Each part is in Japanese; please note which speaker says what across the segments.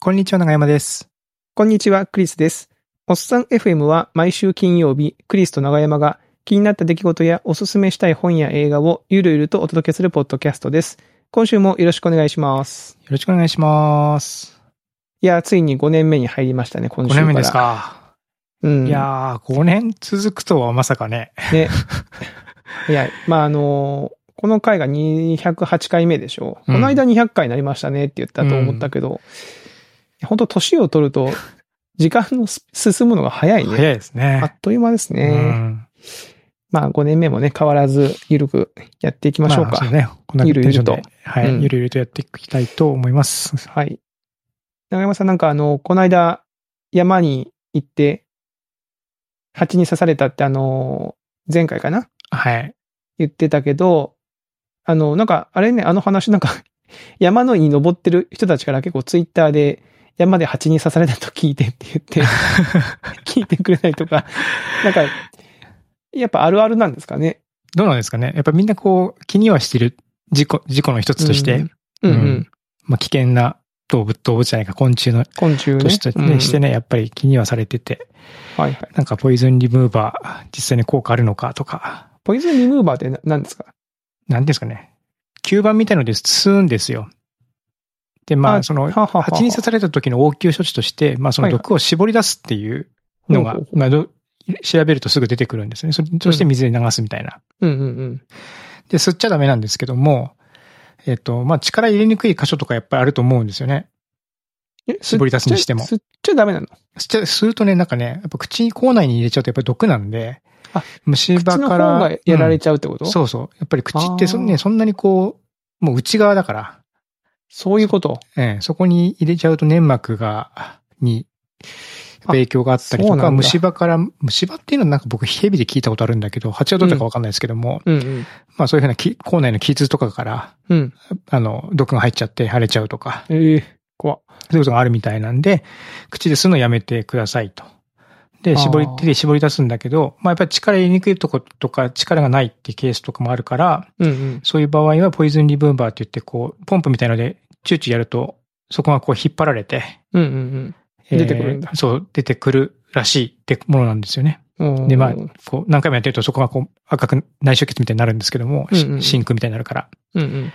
Speaker 1: こんにちは、長山です。
Speaker 2: こんにちは、クリスです。おっさん FM は毎週金曜日、クリスと長山が気になった出来事やおすすめしたい本や映画をゆるゆるとお届けするポッドキャストです。今週もよろしくお願いします。
Speaker 1: よろしくお願いします。
Speaker 2: いやー、ついに5年目に入りましたね、今
Speaker 1: 5
Speaker 2: 週から。
Speaker 1: 年目ですか。
Speaker 2: うん。
Speaker 1: いやー、5年続くとはまさかね。
Speaker 2: ね。 いや、まあ、あのーこの回が208回目でしょ。
Speaker 1: うん
Speaker 2: この間200回になりましたねって言ったと思ったけど、本当年を取ると、時間のす進むのが早いね。
Speaker 1: 早いです
Speaker 2: あ
Speaker 1: ね
Speaker 2: っ。という間ですね。
Speaker 1: うん
Speaker 2: まあ、5年目もね、変わらず、ゆるくやっていきましょう
Speaker 1: まあ
Speaker 2: か。
Speaker 1: そうね。こんなテンションで
Speaker 2: ゆるゆる
Speaker 1: は
Speaker 2: うん
Speaker 1: い。ゆるゆるとやっていきたいと思います。
Speaker 2: はい。長山さん、なんかあの、この間、山に行って、蜂に刺されたって、あの、前回かな
Speaker 1: はい。
Speaker 2: 言ってたけど、あの、なんか、あれね、あの話、なんか、 山のに登ってる人たちから結構ツイッターで、山で蜂に刺されたと聞いてって 言って、聞いてくれないとか、なんか、やっぱあるあるなんですかね。
Speaker 1: どうなんですかね。やっぱみんなこう、気にはしてる事故、事故の一つとして、
Speaker 2: うんうん。
Speaker 1: うんまあ危険な動物、動物じゃないか、昆虫の
Speaker 2: 昆虫ね。
Speaker 1: として
Speaker 2: うんう
Speaker 1: ね
Speaker 2: ん
Speaker 1: してね、やっぱり気にはされてて、
Speaker 2: はいはい。
Speaker 1: なんかポイズンリムーバー、実際に効果あるのかとか、
Speaker 2: ポイズンリムーバーってな何ですか
Speaker 1: なんていうんですかね、吸盤みたいので吸うんですよ。で、まあ、その、
Speaker 2: ははは
Speaker 1: 蜂に刺された時の応急処置として、まあ、その
Speaker 2: はいはい
Speaker 1: 毒を絞り出すっていうのが、
Speaker 2: ほうほう
Speaker 1: まあど調べるとすぐ出てくるんですね。それそして水で流すみたいな。
Speaker 2: うんうんうん。
Speaker 1: で、吸っちゃダメなんですけども、えっと、まあ、力入れにくい箇所とかやっぱりあると思うんですよね。
Speaker 2: え
Speaker 1: 絞り出すにしても
Speaker 2: 吸っちゃ吸っちゃダメなの
Speaker 1: 吸っちゃ吸うとね、なんかね、やっぱ口、口内に入れちゃうとやっぱり毒なんで
Speaker 2: あ、
Speaker 1: 虫
Speaker 2: 口
Speaker 1: 歯
Speaker 2: の
Speaker 1: か
Speaker 2: 方
Speaker 1: ら。
Speaker 2: がやられ
Speaker 1: ち
Speaker 2: ちゃうってこと、
Speaker 1: うん
Speaker 2: そう。
Speaker 1: そうそう。やっぱり口ってそ,、
Speaker 2: あー
Speaker 1: ね、そんなにこう、もう内側だから、
Speaker 2: いうこと。
Speaker 1: ええ、そこに入れちゃうと粘膜が、に、影響があったり
Speaker 2: そ
Speaker 1: と
Speaker 2: うなんだ
Speaker 1: か、虫歯から、虫歯っていうのはなんか僕蛇で聞いたことあるんだけど、蜂はどうだかわかんないですけども、
Speaker 2: うんうん。
Speaker 1: まあそういうふうなき口内の傷とかから、
Speaker 2: うん。
Speaker 1: あの、毒が入っちゃって腫れちゃうとか、
Speaker 2: ええ怖っ
Speaker 1: そういうことがあるみたいなんで、口で吸うのやめてくださいと。で、絞り
Speaker 2: あー、
Speaker 1: 手で絞り出すんだけど、まあやっぱり力入れにくいとことか、力がないっていうケースとかもあるから、
Speaker 2: うんうん。
Speaker 1: そういう場合はポイズンリブーバーって言って、こう、ポンプみたいので、チューチューやると、そこがこう引っ張られて、
Speaker 2: うんうん出てくるんだ
Speaker 1: えーそう、出てくるらしいってものなんですよね。
Speaker 2: うんうん。
Speaker 1: で、まあ
Speaker 2: うん、
Speaker 1: こう、何回もやってるとそこがこう、赤く内出血みたいになるんですけども、し
Speaker 2: うんうん
Speaker 1: 真空みたいになるから。
Speaker 2: うん。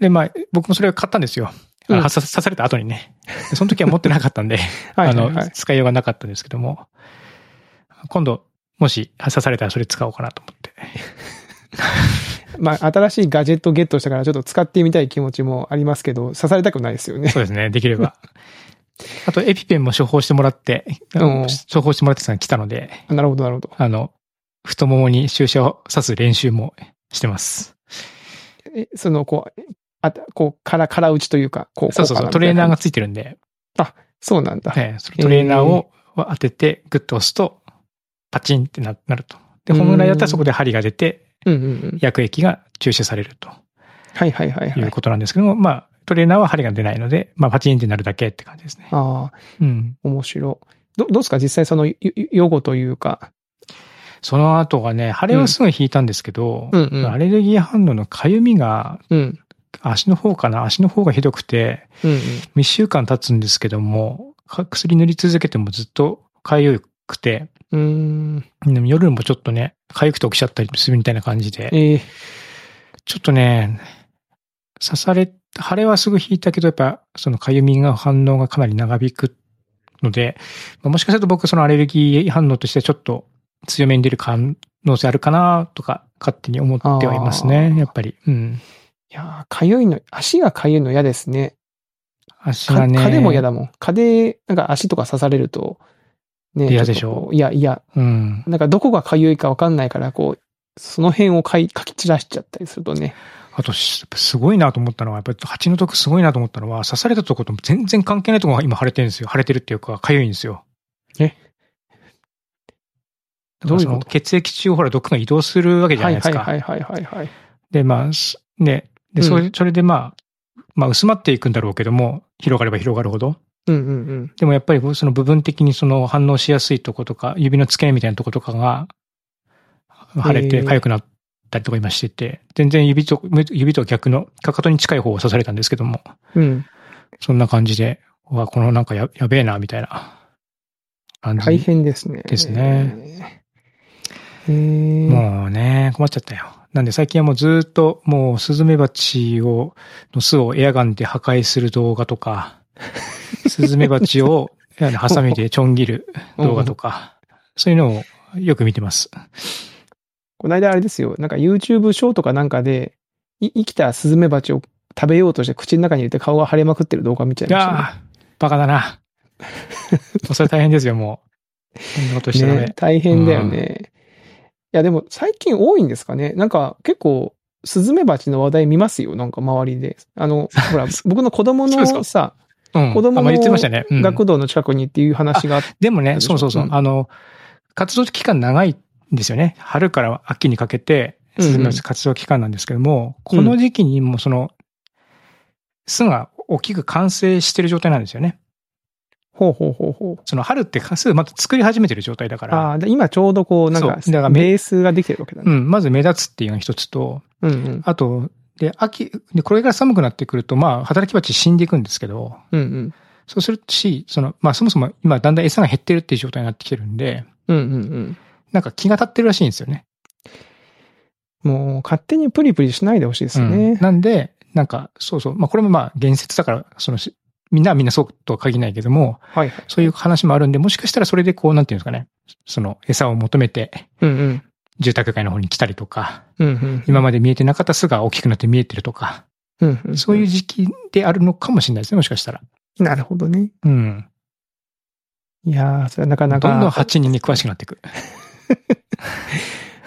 Speaker 1: で、まあ、僕もそれを買ったんですよ。あ
Speaker 2: うん
Speaker 1: 刺さ刺された後にね。でその時は持ってなかったんで、 あ
Speaker 2: はいはい、
Speaker 1: の
Speaker 2: はい、。
Speaker 1: 使いようがなかったんですけども、今度、もし刺されたらそれ使おうかなと思って。
Speaker 2: まあ、新しいガジェットゲットしたから、ちょっと使ってみたい気持ちもありますけど、刺されたくないですよね。
Speaker 1: そうですね、できれば。あと、エピペンも処方してもらって、あ
Speaker 2: うん
Speaker 1: の処方してもらってたのが来たので、
Speaker 2: なるほど、なるほど。
Speaker 1: あの、太ももに注射を刺す練習もしてます。
Speaker 2: え、その、こう、あた、こう、から、から打ちというか、こう、
Speaker 1: そうそうそう、トレーナーが。ついてるんで、
Speaker 2: そうなんだ。
Speaker 1: ええそのトレーナーを当てて、グッと押すと、パチンってななると。で、
Speaker 2: うん
Speaker 1: このぐらいだったらそこで針が出て、
Speaker 2: うんうんうん。
Speaker 1: 薬液が注射されると
Speaker 2: はいはいはい
Speaker 1: い
Speaker 2: は
Speaker 1: う
Speaker 2: い。
Speaker 1: ことなんですけども、まあ、トレーナーは針が出ないので、まあ、パチンってなるだけって感じですね。
Speaker 2: ああ、
Speaker 1: うん。
Speaker 2: 面白い。ど、どうですか実際その、よよ予後というか。
Speaker 1: その後がね、腫れはすぐ引いたんですけど、
Speaker 2: うんうんうん
Speaker 1: アレルギー反応のかゆみが、
Speaker 2: うん。
Speaker 1: 足の方かな足の方がひどくて、
Speaker 2: うんうん。
Speaker 1: 1週間経つんですけども、か薬塗り続けてもずっと痒くて、
Speaker 2: うーん。
Speaker 1: でも夜もちょっとね、痒くて起きちゃったりするみたいな感じで、
Speaker 2: ええ
Speaker 1: ちょっとね、刺され、腫れはすぐ引いたけど、やっぱその痒みが反応がかなり長引くので、まあもしかすると僕そのアレルギー反応としてちょっと強めに出る可能性あるかなとか、勝手に思ってはいます
Speaker 2: あ
Speaker 1: ね
Speaker 2: ー、
Speaker 1: やっぱり。うん。
Speaker 2: いやー、かゆいの、足がかゆいの嫌ですね。
Speaker 1: 足
Speaker 2: か、
Speaker 1: がね。
Speaker 2: 蚊でも嫌だもん。蚊で、なんか足とか刺されると、ね
Speaker 1: 嫌でしょ
Speaker 2: ちっとこういや、いや、
Speaker 1: うん。
Speaker 2: なんかどこがかゆいかわかんないから、こう、その辺をかい、かき散らしちゃったりするとね。
Speaker 1: あとし、やっぱすごいなと思ったのは、やっぱり蜂の毒すごいなと思ったのは、刺されたとことも全然関係ないところが今腫れてるんですよ。腫れてるっていうか、痒いんですよ。
Speaker 2: え
Speaker 1: だからそ
Speaker 2: どういう
Speaker 1: の
Speaker 2: こ
Speaker 1: 血液中をほら毒が移動するわけじゃ
Speaker 2: は
Speaker 1: ないいです
Speaker 2: はい
Speaker 1: か。
Speaker 2: はいはいはいはい。
Speaker 1: で、まあ、すね、で、それそれでまあ、まあ薄まっていくんだろうけども、広がれば広がるほど。
Speaker 2: うんうんうん。
Speaker 1: でもやっぱりその部分的にその反応しやすいとことか、指の付け根みたいなとことかが腫れ
Speaker 2: へ
Speaker 1: て
Speaker 2: ー
Speaker 1: 痒くなったりとか今してて、全然指と、指と逆のかかとに近い方を刺されたんですけども、
Speaker 2: うん。
Speaker 1: そんな感じで、うわ、このなんかややべえな、みたいな感
Speaker 2: 大
Speaker 1: じ。
Speaker 2: 変ですね。
Speaker 1: ですね。
Speaker 2: えー、
Speaker 1: もうね、困っちゃったよ。なんで最近はもうずっともうスズメバチを、の巣をエアガンで破壊する動画とか、 スズメバチをあのハサミでちょん切る動画とか、そういうのをよく見てます。
Speaker 2: この間あれですよ、なんか YouTube ショーとかなんかで、い生きたスズメバチを食べようとして口の中に入れて顔が腫れまくってる動画見ちゃい
Speaker 1: い
Speaker 2: ましたね、
Speaker 1: やー、バカだ な。もうそれ大変ですよ、もう。そんなことしてダメ
Speaker 2: ね、大変だよね。いや、でも最近多いんですかね。なんか結構、スズメバチの話題見ますよ。なんか周りで。あの、ほら、僕の子供
Speaker 1: そうです
Speaker 2: の
Speaker 1: か
Speaker 2: さ、
Speaker 1: うん。
Speaker 2: 子供の
Speaker 1: あまあ言ってましたね。うん
Speaker 2: 学童の近くにっていう話があっ
Speaker 1: でもね、
Speaker 2: でし
Speaker 1: そ
Speaker 2: ょ
Speaker 1: うそうそう。
Speaker 2: うん
Speaker 1: あの、活動期間長いんですよね。春から秋にかけて、
Speaker 2: うんうん
Speaker 1: スズメバチ活動期間なんですけども、
Speaker 2: うん
Speaker 1: この時期にもうその、巣が大きく完成してる状態なんですよね。
Speaker 2: ほうほうほうほう。
Speaker 1: その春って巣また作り始めてる状態だから、
Speaker 2: ああ、で今ちょうどこう、なんか、
Speaker 1: そうだからめ
Speaker 2: ベースができてるわけだ
Speaker 1: う
Speaker 2: ね。
Speaker 1: ん、まず目立つっていうのが一つと、
Speaker 2: うんうん。
Speaker 1: あと、で、秋、で、これから寒くなってくると、まあ、働き蜂死んでいくんですけど、
Speaker 2: うんうん。
Speaker 1: そうするし、その、まあ、そもそも今、だんだん餌が減ってるっていう状態になってきてるんで、
Speaker 2: うんうんうん。
Speaker 1: なんか気が立ってるらしいんですよね。
Speaker 2: もう勝手にプリプリしないでほしいです
Speaker 1: うん
Speaker 2: ね。
Speaker 1: なんで、なんか、そうそう、まあ、これもまあ、言説だから、そのし、みんなはみんなそうとは限らないけども、
Speaker 2: はいはい。
Speaker 1: そういう話もあるんで、もしかしたらそれでこう、なんていうんですかね、その、餌を求めて、
Speaker 2: うんうん。
Speaker 1: 住宅街の方に来たりとか、
Speaker 2: うんうん。
Speaker 1: 今まで見えてなかった巣が大きくなって見えてるとか、
Speaker 2: うんうん。
Speaker 1: そういう時期であるのかもしれないですね、もしかしたら。
Speaker 2: なるほどね。
Speaker 1: うん。
Speaker 2: いやー、それはなか
Speaker 1: ど
Speaker 2: なん
Speaker 1: どん
Speaker 2: か、
Speaker 1: 蜂にね詳しくなっていく。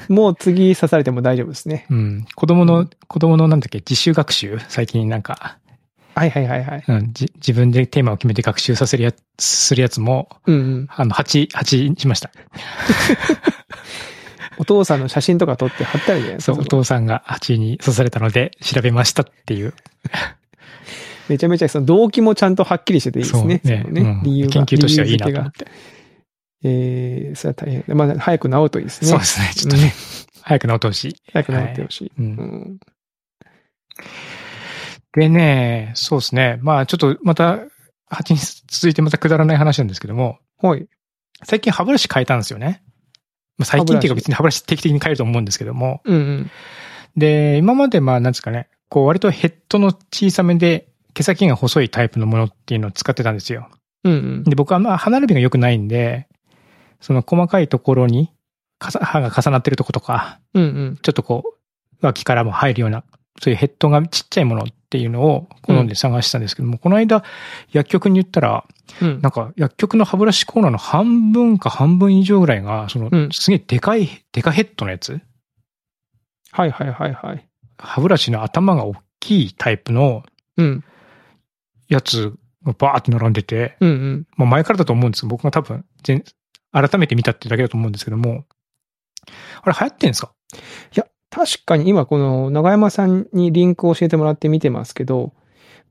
Speaker 2: もう次刺されても大丈夫ですね。
Speaker 1: うん。子供の、子供のなんだっけ、自習学習最近なんか、
Speaker 2: はいはいはいはい。
Speaker 1: うん、じ自分でテーマを決めて学習させるやつ、するやつも、
Speaker 2: うんうん。
Speaker 1: あの、蜂、蜂にしました。
Speaker 2: お父さんの写真とか撮って貼ったらいいじゃないです
Speaker 1: そう、
Speaker 2: か。そ
Speaker 1: お父
Speaker 2: の
Speaker 1: さんが蜂に刺されたので調べましたっていう。
Speaker 2: めちゃめちゃその動機もちゃんとはっきりしてていいですね。
Speaker 1: そうね
Speaker 2: その
Speaker 1: うん
Speaker 2: 理由が。
Speaker 1: 研究としてはいいなと
Speaker 2: 理由
Speaker 1: 思っ
Speaker 2: 付けがえー、それは大変。まあ、早く治るといいですね。
Speaker 1: そうですね。 ちょっとね、早く治ってほしい。
Speaker 2: 早く治ってほしい。
Speaker 1: うん
Speaker 2: うん。
Speaker 1: でね、そうですね。まあちょっとまた、蜂に続いてまたくだらない話なんですけども、
Speaker 2: はい。
Speaker 1: 最近歯ブラシ変えたんですよね。まあ、最近っていうか別に歯ブラシ定期的に変えると思うんですけども、
Speaker 2: うんうん。
Speaker 1: で、今までまあ、なんですかね、こう割とヘッドの小さめで、毛先が細いタイプのものっていうのを使ってたんですよ。
Speaker 2: うんうん。
Speaker 1: で、僕はまあ、歯並びが良くないんで、その細かいところに、かさ歯が重なってるとことか、
Speaker 2: うんうん。
Speaker 1: ちょっとこう、脇からも入るような、そういうヘッドがちっちゃいものっていうのを好んで探してたんですけども、この間、薬局に行ったら、
Speaker 2: うん
Speaker 1: なんか薬局の歯ブラシコーナーの半分か半分以上ぐらいが、その
Speaker 2: うん、
Speaker 1: すげえでかい、でかヘッドのやつ
Speaker 2: はいはいはいはい。
Speaker 1: 歯ブラシの頭が大きいタイプの
Speaker 2: うん。
Speaker 1: やつがバーって並んでて、
Speaker 2: うんうん。
Speaker 1: まあ前からだと思うんですけど、僕が多分全、改めて見たってだけだと思うんですけども、あれ流行ってんですか
Speaker 2: 確かに今この永山さんにリンクを教えてもらって見てますけど、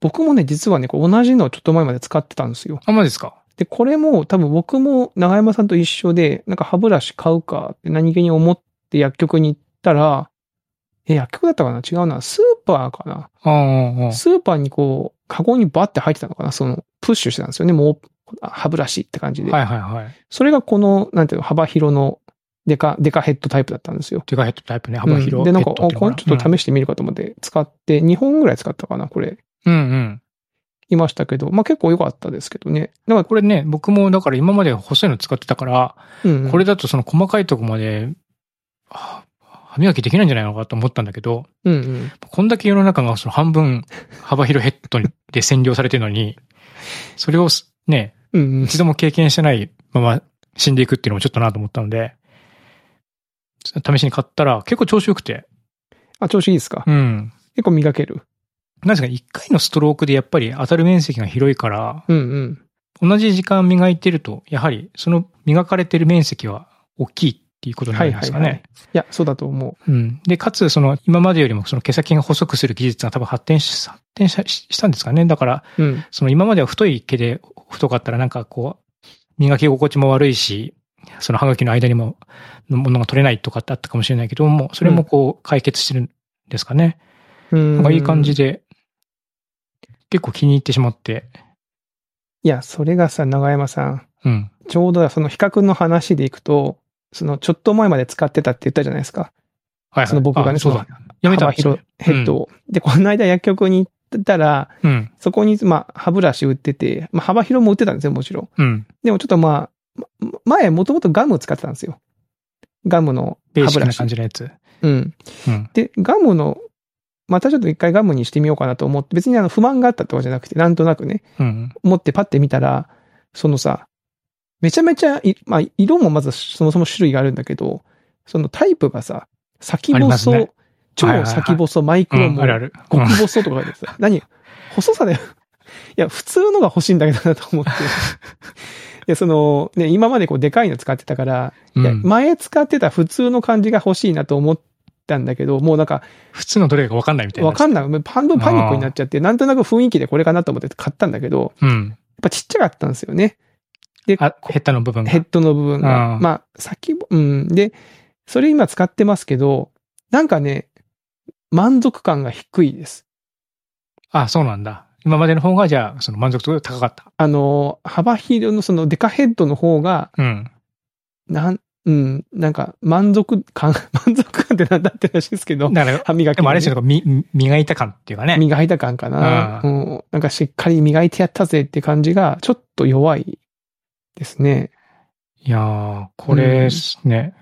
Speaker 2: 僕もね、実はね、これ同じのをちょっと前まで使ってたんですよ。
Speaker 1: あ、まじですか
Speaker 2: で、これも多分僕も永山さんと一緒で、なんか歯ブラシ買うかって何気に思って薬局に行ったら、え、薬局だったかな違うな。スーパーかな
Speaker 1: ああ、ああ
Speaker 2: スーパーにこう、カゴにバッて入ってたのかなその、プッシュしてたんですよね。もう、あ歯ブラシって感じで。
Speaker 1: はいはいはい。
Speaker 2: それがこの、なんていうの、幅広のデカ、デカヘッドタイプだったんですよ。
Speaker 1: デカヘッドタイプね、幅広、
Speaker 2: うんで、なんか、あ、
Speaker 1: ヘッドていう
Speaker 2: これちょっ
Speaker 1: の
Speaker 2: と試してみるかと思って使って、2本ぐらい使ったかなこれ、
Speaker 1: うんうんうん。
Speaker 2: いましたけど、まあ結構良かったですけどね。だか
Speaker 1: これね、僕もだから今まで細いの使ってたから、
Speaker 2: ら、うんうん
Speaker 1: これ、だとその細かいとこまで、は歯磨きできないんじゃないのかと思ったんだけど、
Speaker 2: うんうん。
Speaker 1: こんだけ世の中がその半分幅広ヘッドにで占領されてるのに、それをすね、
Speaker 2: うんうん。
Speaker 1: 一度も経験してないまま死んでいくっていうのもちょっとなと思ったので、試しに買ったら結構調子良くて、
Speaker 2: あ、調子いいですか
Speaker 1: うん。
Speaker 2: 結構磨ける。
Speaker 1: なんですか、一回のストロークでやっぱり当たる面積が広いから、
Speaker 2: うんうん。
Speaker 1: 同じ時間磨いてると、やはりその磨かれてる面積は大きいっていうことにな
Speaker 2: はい
Speaker 1: るん
Speaker 2: は
Speaker 1: です
Speaker 2: い
Speaker 1: か
Speaker 2: は
Speaker 1: ね。
Speaker 2: い。いや、そうだと思
Speaker 1: うん。で、かつ、その、今までよりも、その毛先が細くする技術が多分発展し、発展ししたんですかね。だから、
Speaker 2: う。うん。
Speaker 1: その今までは太い毛で太かったらなんかこう、磨き心地も悪いし、その歯茎の間にも、のものが取れないとかってあったかもしれないけども、それもこう解決してるんですかね。
Speaker 2: うん
Speaker 1: なんかいい感じで、結構気に入ってしまって、
Speaker 2: いや、それがさ、長山さん、
Speaker 1: うん。
Speaker 2: ちょうどその比較の話でいくと、そのちょっと前まで使ってたって言ったじゃないですか。
Speaker 1: はい、はい。
Speaker 2: その僕がね
Speaker 1: あそうだ。やめた
Speaker 2: 幅広ヘッドを。で、この間薬局に行ったら、
Speaker 1: うん。
Speaker 2: そこに、まあ、歯ブラシ売ってて、まあ、幅広も売ってたんですよ、もちろん。
Speaker 1: うん。
Speaker 2: でもちょっとまあ、ま前、もともとガム使ってたんですよ。ガムの
Speaker 1: ベー
Speaker 2: 歯
Speaker 1: シ
Speaker 2: ブ
Speaker 1: ック
Speaker 2: ラ
Speaker 1: な
Speaker 2: シ
Speaker 1: 感。じのやつ。
Speaker 2: うん。
Speaker 1: うん。
Speaker 2: で、ガムの、またちょっと一回ガムにしてみようかなと思って、別にあの不満があったとかじゃなくて、なんとなくね、
Speaker 1: うん。
Speaker 2: 持ってパッて見たら、そのさ、めちゃめちゃい、まあ、色もまずそもそも種類があるんだけりますねそのタイプがさ、先細、超先細、マイク
Speaker 1: う
Speaker 2: ロ
Speaker 1: ん、
Speaker 2: も
Speaker 1: あ、るある。う
Speaker 2: 極
Speaker 1: ん
Speaker 2: 細とか書いてさ、何細さだよ。いや、普通のが欲しいんだけどなと 思って。いや、その、ね、今までこうでかいの使ってたから、いや
Speaker 1: うん
Speaker 2: 前使ってた普通の感じが欲しいなと思ったんだけど、もうなんか、
Speaker 1: 普通のどれかわかんないみたいな。
Speaker 2: わかんない。もう半分パニックになっちゃって、なんとなく雰囲気でこれかなと思って買ったんだけど、
Speaker 1: うん。
Speaker 2: やっぱちっちゃかったんですよね。で、
Speaker 1: あ、ヘッダの部分が。
Speaker 2: ヘッドの部分が。
Speaker 1: うん
Speaker 2: まあ、先も、うん。で、それ今使ってますけど、なんかね、満足感が低いです。
Speaker 1: あ、そうなんだ。今までの方が、じゃあ、その満足度が高かった。
Speaker 2: あの、幅広のそのデカヘッドの方が、
Speaker 1: うん。
Speaker 2: なん、うん、なんか満足感、 満足感ってなんだって話ですけど、
Speaker 1: だから、
Speaker 2: 歯磨き、
Speaker 1: でもあれですよ、み磨いた感っていうかね。
Speaker 2: 磨いた感かな、
Speaker 1: う
Speaker 2: うん。なんかしっかり磨いてやったぜって感じが、ちょっと弱いですね。
Speaker 1: いやー、これですね。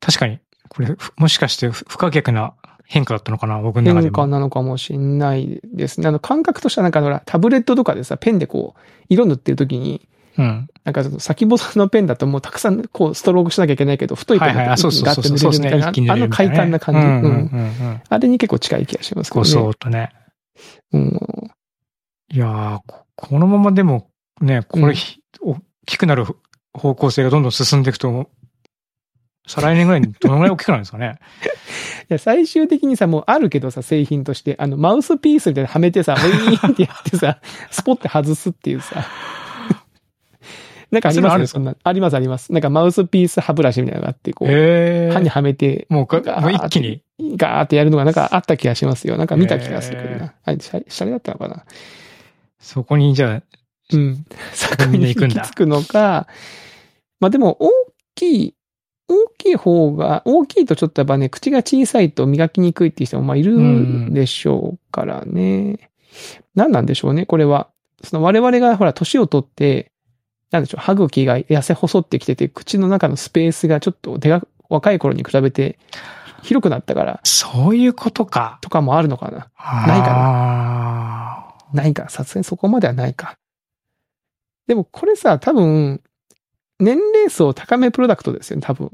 Speaker 1: 確かに、これ、ふもしかしてふ不可逆な変化だったのかな、僕の中で
Speaker 2: 変化
Speaker 1: も。
Speaker 2: なのかもしんないですね。あの、感覚としてはなんかほら、タブレットとかでさ、ペンでこう、色塗ってる時に、
Speaker 1: うん。
Speaker 2: なんかその先細のペンだともうたくさんこうストロークしなきゃいけないけど、太いペン
Speaker 1: はいはい。
Speaker 2: だ
Speaker 1: あ、
Speaker 2: と
Speaker 1: そう
Speaker 2: 一気
Speaker 1: そ
Speaker 2: に
Speaker 1: う
Speaker 2: ガ
Speaker 1: そ
Speaker 2: ッ
Speaker 1: う。
Speaker 2: て
Speaker 1: そう
Speaker 2: 塗
Speaker 1: ですね。
Speaker 2: れるみたいな、
Speaker 1: 一気に
Speaker 2: あ
Speaker 1: 塗れる
Speaker 2: の
Speaker 1: みたい
Speaker 2: 快
Speaker 1: なね。
Speaker 2: 感な感じ、
Speaker 1: うんうんう
Speaker 2: うん
Speaker 1: んうん。
Speaker 2: あれに結構近い気がしますけど
Speaker 1: こう
Speaker 2: ね。
Speaker 1: そうとね。
Speaker 2: うん。
Speaker 1: いやーこ、このままでもね、こ
Speaker 2: うん
Speaker 1: れ、ひ大きくなる方向性がどんどん進んでいくと、再来年ぐらいにどのぐらい大きくなるんですかね。
Speaker 2: いや、最終的にさ、もうあるけどさ、製品として、あの、マウスピースみたいなのはめ てさ、ウィーンってやってさ、スポッて外すっていうさ。なんかありますね、
Speaker 1: そ
Speaker 2: そんな。あります、あります。なんかマウスピース歯ブラシみたいなのがあって、こう、
Speaker 1: え
Speaker 2: 歯に
Speaker 1: ー、
Speaker 2: はめて、
Speaker 1: もうか
Speaker 2: ガーッ
Speaker 1: もう一気に。
Speaker 2: ガーってやるのがなんかあった気がしますよ。なんか見た気がするけどな。あれ、シャレシャレだったのかな
Speaker 1: そこに、じゃあ、
Speaker 2: うん。
Speaker 1: こに行くんだ
Speaker 2: 行き着くのか、まあでも大きい、大きい方が、大きいとちょっとやっぱね、口が小さいと磨きにくいっていう人もまあいるでしょうからね。何なんでしょうね、これは。その我々がほら、年を取って、なんでしょう、歯茎が痩せ細ってきてて、口の中のスペースがちょっとでか、若い頃に比べて広くなったから、
Speaker 1: そういうことか。
Speaker 2: とかもあるのかな。
Speaker 1: ない
Speaker 2: か
Speaker 1: な。
Speaker 2: ないか。さすがにそこまではないか。でもこれさ、多分、年齢層高めプロダクトですよね、多分。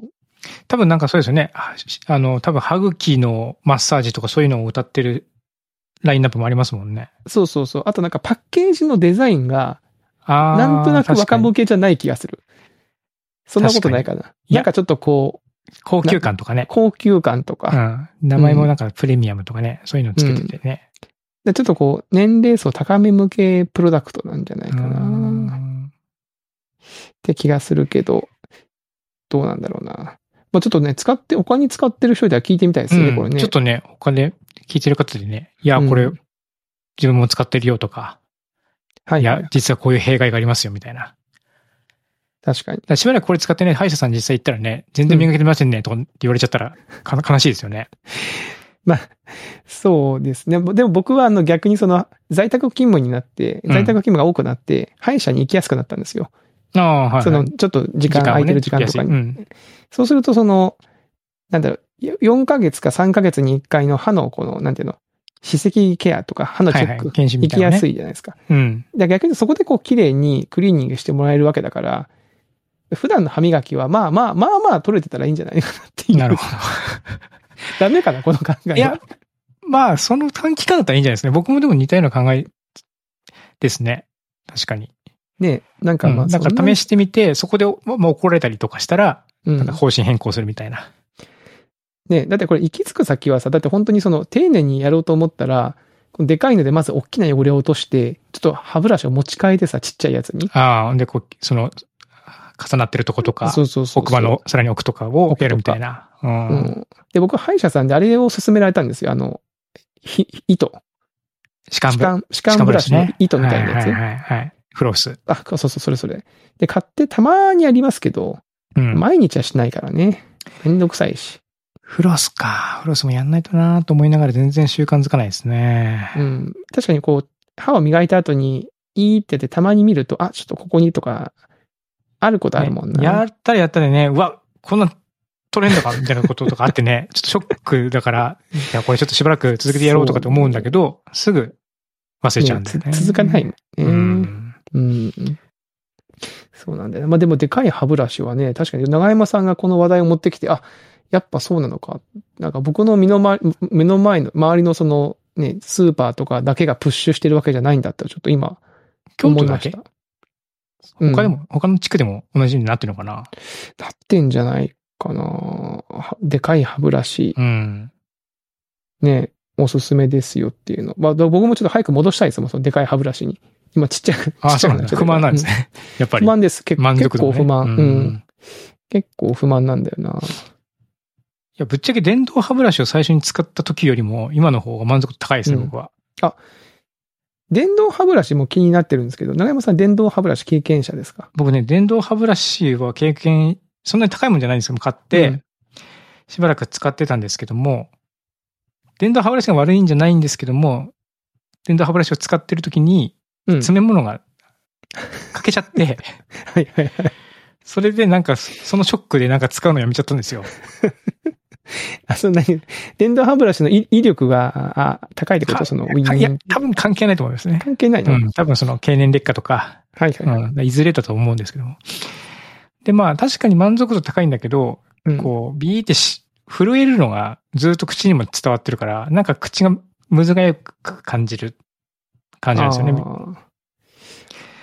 Speaker 1: 多分なんかそうですよね。あしあの、多分歯茎のマッサージとかそういうのを歌ってるラインナップもありますもんね。
Speaker 2: そうそうそう。あとなんかパッケージのデザインが、
Speaker 1: あー
Speaker 2: なんとなく若
Speaker 1: 確か
Speaker 2: 者
Speaker 1: に
Speaker 2: 系じゃない気がする。そんなことないかな。
Speaker 1: いや
Speaker 2: なんかちょっとこう、
Speaker 1: 高級感とかね。
Speaker 2: 高級感と
Speaker 1: う
Speaker 2: か、
Speaker 1: ん。名前もなんかプレミアムとかね、そういうのつけててね。
Speaker 2: でちょっとこう、年齢層高め向けプロダクトなんじゃないか
Speaker 1: うん
Speaker 2: な。って気がするけど、どうなんだろうな。まあちょっとね、使って、他に使ってる人では聞いてみたいですよね、
Speaker 1: うん
Speaker 2: これね。
Speaker 1: ちょっとね、他で聞いてる方でね、いや、
Speaker 2: うん
Speaker 1: これ、自分も使ってるよとか、
Speaker 2: はいいは
Speaker 1: や
Speaker 2: い。、
Speaker 1: 実はこういう弊害がありますよみたいな。だか
Speaker 2: 確かに。
Speaker 1: らしばらくこれ使ってね、歯医者さん実際行ったらね、全然磨けてませんね、とかって言われちゃったら、か悲しいですよね。
Speaker 2: まあ、そうですね。でも僕はあの逆にその在宅勤務になって、
Speaker 1: うん
Speaker 2: 在宅勤務が多くなって、歯医者に行きやすくなったんですよ。
Speaker 1: ああ、はいはい。
Speaker 2: その、ちょっと時間
Speaker 1: をね
Speaker 2: 空いてる時間とかに。
Speaker 1: うん。
Speaker 2: そうするとその、なんだろう、よ4ヶ月か3ヶ月に1回の歯のこの、なんていうの、歯石ケアとか歯のチ
Speaker 1: は
Speaker 2: ェ
Speaker 1: いは
Speaker 2: ッ
Speaker 1: い
Speaker 2: ク、。
Speaker 1: 検診み
Speaker 2: 行
Speaker 1: たい
Speaker 2: き
Speaker 1: な、
Speaker 2: や
Speaker 1: ね。
Speaker 2: すいじゃないですか。
Speaker 1: うん。
Speaker 2: で逆にそこでこう綺麗にクリーニングしてもらえるわけだから、普段の歯磨きはまあまあ、まあまあ取れてたらいいんじゃないかなっていう。
Speaker 1: なるほ
Speaker 2: ダメかな、この考え
Speaker 1: ど。
Speaker 2: は。
Speaker 1: いや、まあ、その短期間だったらいいんじゃないですかね。僕もでも似たような考えですね。確かに。
Speaker 2: ね、なんか
Speaker 1: うん
Speaker 2: まあ、
Speaker 1: だから試
Speaker 2: し、
Speaker 1: してみて、そこで、ままあ、怒られたりとかしたら、
Speaker 2: うん
Speaker 1: なんか方針変更するみたいな。
Speaker 2: ね、だってこれ行き着く先はさ、だって本当にその丁寧にやろうと思ったら、このでかいのでまず大きな汚れを落として、ちょっと歯ブラシを持ち替えてさ、ちっちゃいやつに。
Speaker 1: ああ、ほんで、こう、その、重なってるとことか、
Speaker 2: そうそうそうそう。
Speaker 1: 奥歯のさらに奥とかをやるみたいな。う。
Speaker 2: うんん。で、僕、歯医者さんであれを勧められたんですよ。あの、ひ、糸。
Speaker 1: 歯間
Speaker 2: 歯
Speaker 1: ブラ
Speaker 2: 間、歯間ブラシの糸みたいなや
Speaker 1: はい
Speaker 2: つ。
Speaker 1: はいはいはい。フロス。
Speaker 2: あ、そうそう、それそれ。で、買ってたまーにやりますけど、
Speaker 1: うん。
Speaker 2: 毎日はしないからね。めんどくさいし。
Speaker 1: フロスか。フロスもやんないとなと思いながら全然習慣づかないですね。
Speaker 2: うん。確かにこう、歯を磨いた後に、いいってやってたまに見ると、あ、ちょっとここにとか、あることあるもんな。
Speaker 1: ねやったらやったでね、うわ、こんなん取れんのかみたいなこととかあってね、 ちょっとショックだから、いや、これちょっとしばらく続けてやろうとかって思うんだけど、すぐ忘れちゃうんだよね。
Speaker 2: つ続かないもんね。
Speaker 1: うん。
Speaker 2: うん。そうなんだよね。まあでもでかい歯ブラシはね、確かに長山さんがこの話題を持ってきて、あ、やっぱそうなのか。なんか僕の身の回り、目の前の、周りのその、ね、スーパーとかだけがプッシュしてるわけじゃないんだったら、ちょっと今、
Speaker 1: 京
Speaker 2: 思
Speaker 1: 都
Speaker 2: い
Speaker 1: だ
Speaker 2: まし
Speaker 1: け
Speaker 2: た。
Speaker 1: 他でも、他の地区でも同じようになってるのかな
Speaker 2: なってんじゃないかな。はでかい歯ブラシ、
Speaker 1: うん。
Speaker 2: ね、おすすめですよっていうの。まあ僕もちょっと早く戻したいですもん、そのでかい歯ブラシに。今ちっちゃく、ち
Speaker 1: あ、
Speaker 2: っち
Speaker 1: そう
Speaker 2: ゃく
Speaker 1: なん
Speaker 2: っ
Speaker 1: だ。
Speaker 2: ちゃっ
Speaker 1: 不
Speaker 2: た
Speaker 1: 満なんです。
Speaker 2: う
Speaker 1: ね。 やっぱ
Speaker 2: 不
Speaker 1: り。
Speaker 2: 満です。結
Speaker 1: 満足
Speaker 2: 結
Speaker 1: 度も
Speaker 2: 構
Speaker 1: ね
Speaker 2: 不満。
Speaker 1: う
Speaker 2: うん
Speaker 1: ん。
Speaker 2: 結構不満なんだよな。
Speaker 1: いや、ぶっちゃけ電動歯ブラシを最初に使った時よりも、今の方が満足度高いですね、
Speaker 2: うん
Speaker 1: 僕は。
Speaker 2: 電動歯ブラシも気になってるんですけど、長山さん電動歯ブラシ経験者ですか
Speaker 1: 僕ね、電動歯ブラシは経験、そんなに高いもんじゃないんですけど、買って、
Speaker 2: うん
Speaker 1: しばらく使ってたんですけども、電動歯ブラシが悪いんじゃないんですけども、電動歯ブラシを使ってる時に、
Speaker 2: うん。
Speaker 1: 詰め物が欠けちゃ って、
Speaker 2: はいはいはい。
Speaker 1: それでなんか、そのショックでなんか使うのやめちゃったんですよ。
Speaker 2: あ、そんなに、電動歯ブラシの威威力が、あ、高いってことその、ウィンウ
Speaker 1: い
Speaker 2: ィ
Speaker 1: や
Speaker 2: ン、
Speaker 1: 多分関係ないと思いますね。
Speaker 2: 関係ないうの、
Speaker 1: ん、多分その経年劣化とか、
Speaker 2: はいはいはい。
Speaker 1: うん、いずれだと思うんですけども。で、まあ確かに満足度高いんだけど、
Speaker 2: うん
Speaker 1: こう、ビーってし、震えるのがずっと口にも伝わってるから、なんか口がむずがよく感じる感じなんですよ
Speaker 2: あ
Speaker 1: ね。
Speaker 2: ー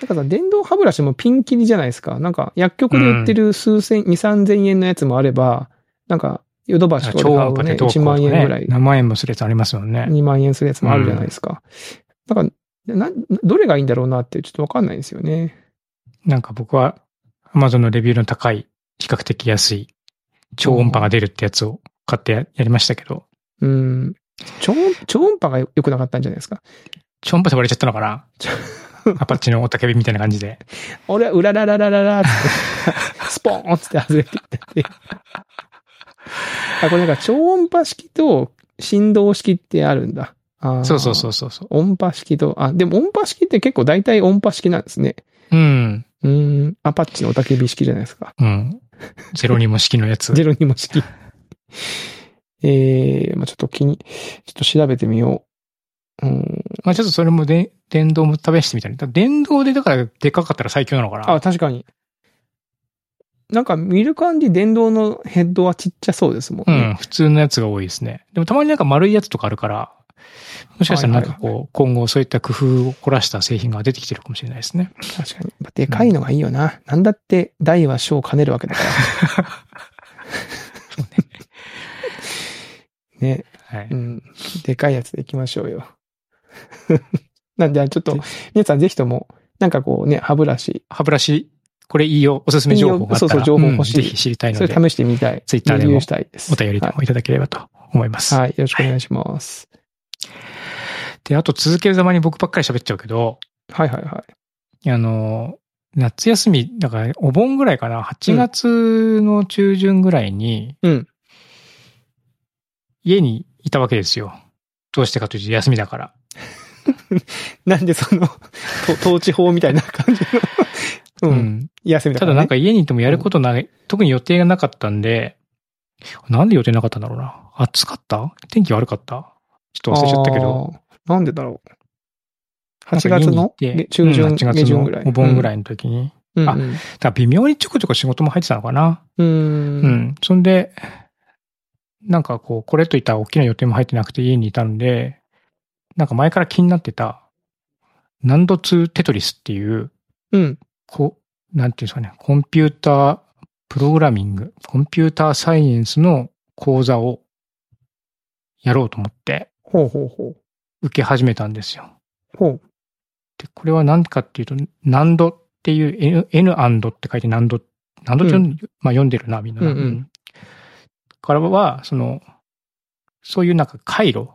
Speaker 2: だからさ、電動歯ブラシもピンキリじゃないですか。なんか、薬局で売ってる数千、二三千円のやつもあれば、なんか、ヨドバシとかで
Speaker 1: 超
Speaker 2: 買
Speaker 1: 音
Speaker 2: うと
Speaker 1: 波
Speaker 2: ね、
Speaker 1: でどうこう
Speaker 2: 1
Speaker 1: とか
Speaker 2: 万
Speaker 1: ね、
Speaker 2: 円ぐらい、
Speaker 1: 何万円もするやつありますよね。
Speaker 2: 2万円するやつもあるじゃないですか。だから、な、どれがいいんだろうなって、ちょっとわかんないんですよね。
Speaker 1: なんか僕は Amazon のレビューの高い、比較的安い、超音波が出るってやつを買ってややりましたけど、
Speaker 2: うん。超音超音波が良くなかったんじゃないですか。
Speaker 1: 超音波で割れちゃったのか な
Speaker 2: ち
Speaker 1: アパッチのおたけびみたいな感じで。
Speaker 2: 俺はうららららららって、 スポーンっつって外れていったって。あ、これなんか超音波式と振動式ってあるんだ。あ。
Speaker 1: そうそうそううそうそう。
Speaker 2: 音波式と、あ、でも音波式って結構大体音波式なんですね。
Speaker 1: うん。
Speaker 2: うーん、アパッチのおたけび式じゃないですか。
Speaker 1: うん。ゼロニモ式のやつ。
Speaker 2: ゼロニモ式。えー、まあちょっと気に、ちょっと調べてみよう。うん。
Speaker 1: まあちょっとそれもで電動も試してみたい。だから電動でだからでかかったら最強なのかな。
Speaker 2: あ、確かに。なんか見る感じ電動のヘッドはちっちゃそうですも
Speaker 1: う
Speaker 2: んね。
Speaker 1: ん。普通のやつが多いですね。でもたまになんか丸いやつとかあるから、もしかしたらなんかこう、
Speaker 2: はい
Speaker 1: 今後そういった工夫を凝らした製品が出てきてるかもしれないですね。
Speaker 2: 確かに。まあでかいのがいいよな。なんだって大は小を兼ねるわけだから。 ね。
Speaker 1: はい。
Speaker 2: うん。でかいやつでいきましょうよ。 なんで、ちょっと、皆さんぜひとも、なんかこうね、歯ブラシ、
Speaker 1: 歯ブラシ、これいいよ、おすすめ情報があったら。
Speaker 2: そうそう情報欲しい
Speaker 1: んぜひ知りたいの
Speaker 2: それ
Speaker 1: で、
Speaker 2: 試してみたい。
Speaker 1: Twitter でも
Speaker 2: レビューしたいです。
Speaker 1: お便りで
Speaker 2: は
Speaker 1: もいただければと思います。
Speaker 2: い。はい。よろしくお願いします。
Speaker 1: で、あと続けるざまに僕ばっかり喋っちゃうけど、
Speaker 2: はいはいはい。
Speaker 1: あの、夏休み、だからお盆ぐらいかな、8月の中旬ぐらいに、
Speaker 2: うん
Speaker 1: 家にいたわけですよ。どうしてかというと休みだから。
Speaker 2: なん でその、と統治法みたいな感じ の。うん。休みだ
Speaker 1: た
Speaker 2: か
Speaker 1: だ
Speaker 2: ら、ね。
Speaker 1: なんか家にいてもやることない、特に予定がなかったんで、なんで予定なかったんだろうな。暑かった天気悪かったちょっと忘れちゃったけど。
Speaker 2: あー。なんでだろう。
Speaker 1: なん
Speaker 2: 8
Speaker 1: か家
Speaker 2: 月
Speaker 1: に行
Speaker 2: の
Speaker 1: って
Speaker 2: げ中
Speaker 1: うん
Speaker 2: 旬、
Speaker 1: 8
Speaker 2: 下
Speaker 1: 月
Speaker 2: 旬ぐらい。
Speaker 1: のお盆ぐら
Speaker 2: い。
Speaker 1: いの時に。
Speaker 2: うん、
Speaker 1: あ
Speaker 2: うん
Speaker 1: だから微妙にちょこちょこ仕事も入ってたのかな。
Speaker 2: う。
Speaker 1: うんん。そんで、なんかこう、これといった大きな予定も入ってなくて家にいたんで、なんか前から気になってた、難度2テトリスっていう、
Speaker 2: うん。
Speaker 1: こう、なんていうんですかね、コンピュータープログラミング、コンピューターサイエンスの講座をやろうと思って
Speaker 2: ほうほうほう。
Speaker 1: 受け始めたんですよ。
Speaker 2: ほう。
Speaker 1: で、これは何かっていうと、難度っていう、N, N& って書いて難度、難度って読ん、まあ、読んでるな、みんなな。
Speaker 2: うんうん
Speaker 1: からは、その、そういうなんか回路、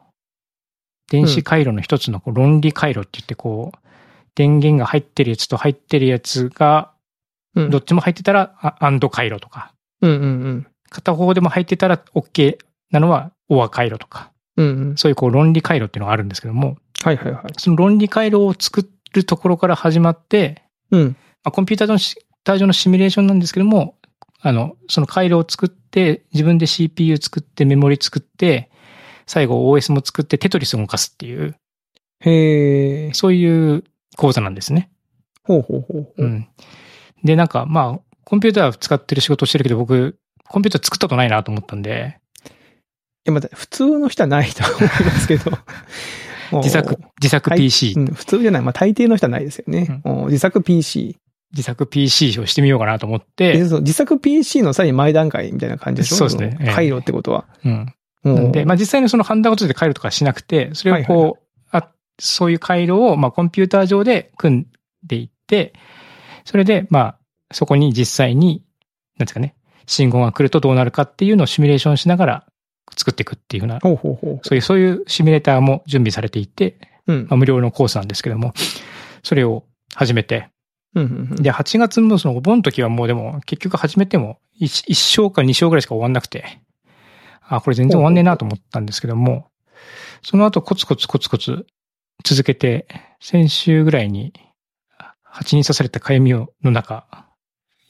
Speaker 1: 電子回路の一つのこう論理回路って言って、こう、電源が入ってるやつと入ってるやつが、
Speaker 2: うん
Speaker 1: どっちも入ってたら、あアンド回路とか、
Speaker 2: うんうん
Speaker 1: 片方でも入ってたら OK なのは、オア回路とか、
Speaker 2: うん。うんうん。
Speaker 1: そういうこう論理回路っていうのがあるんですけども、
Speaker 2: はいはいはい。
Speaker 1: その論理回路を作るところから始まって、
Speaker 2: うん。
Speaker 1: まあ、コンピューターのしター上のシミュレーションなんですけども、あの、その回路を作って、自分で CPU 作って、メモリ作って、最後 OS も作って、テトリスを動かすっていう、
Speaker 2: へえ。
Speaker 1: そういう講座なんですね。
Speaker 2: ほうほうほう。
Speaker 1: う。ん。で、なんか、まあ、コンピューター使ってる仕事をしてるけど、僕、コンピューター作ったことないなと思ったんで、
Speaker 2: いや、また、普通の人はないと思いま すけど。もう
Speaker 1: 自作、自作
Speaker 2: はい
Speaker 1: PC、
Speaker 2: うん、普通じゃない。まあ、大抵の人はないですよね。もう自作 PC。
Speaker 1: 自作 PC をしてみようかなと思っ
Speaker 2: え、
Speaker 1: て、
Speaker 2: そう、自作 PC のさらに前段階みたいな感じでしょ
Speaker 1: そうですね
Speaker 2: の回路ってことは。
Speaker 1: うん。
Speaker 2: も
Speaker 1: な
Speaker 2: うん
Speaker 1: で、まあ実際にそのハンダごとで回路とかしなくて、それを
Speaker 2: はいはい
Speaker 1: こう、あそういう回路を、まあコンピューター上で組んでいって、それで、まあ、そこに実際に、なんですかね、信号が来るとどうなるかっていうのをシミュレーションしながら作っていくっていうふうな、
Speaker 2: ほうほうほう。
Speaker 1: そういう、そういうシミュレーターも準備されていて、
Speaker 2: うん
Speaker 1: ま。あ、無料のコースなんですけども、それを始めて。
Speaker 2: うんうんうん
Speaker 1: で、8月のそのお盆の時はもうでも、結局始めても1、一章か2章ぐらいしか終わんなくて、あ、これ全然終わんねえなと思ったんですけども、その後コツコツコツコツ続けて、先週ぐらいに、蜂に刺されたかゆみをの中、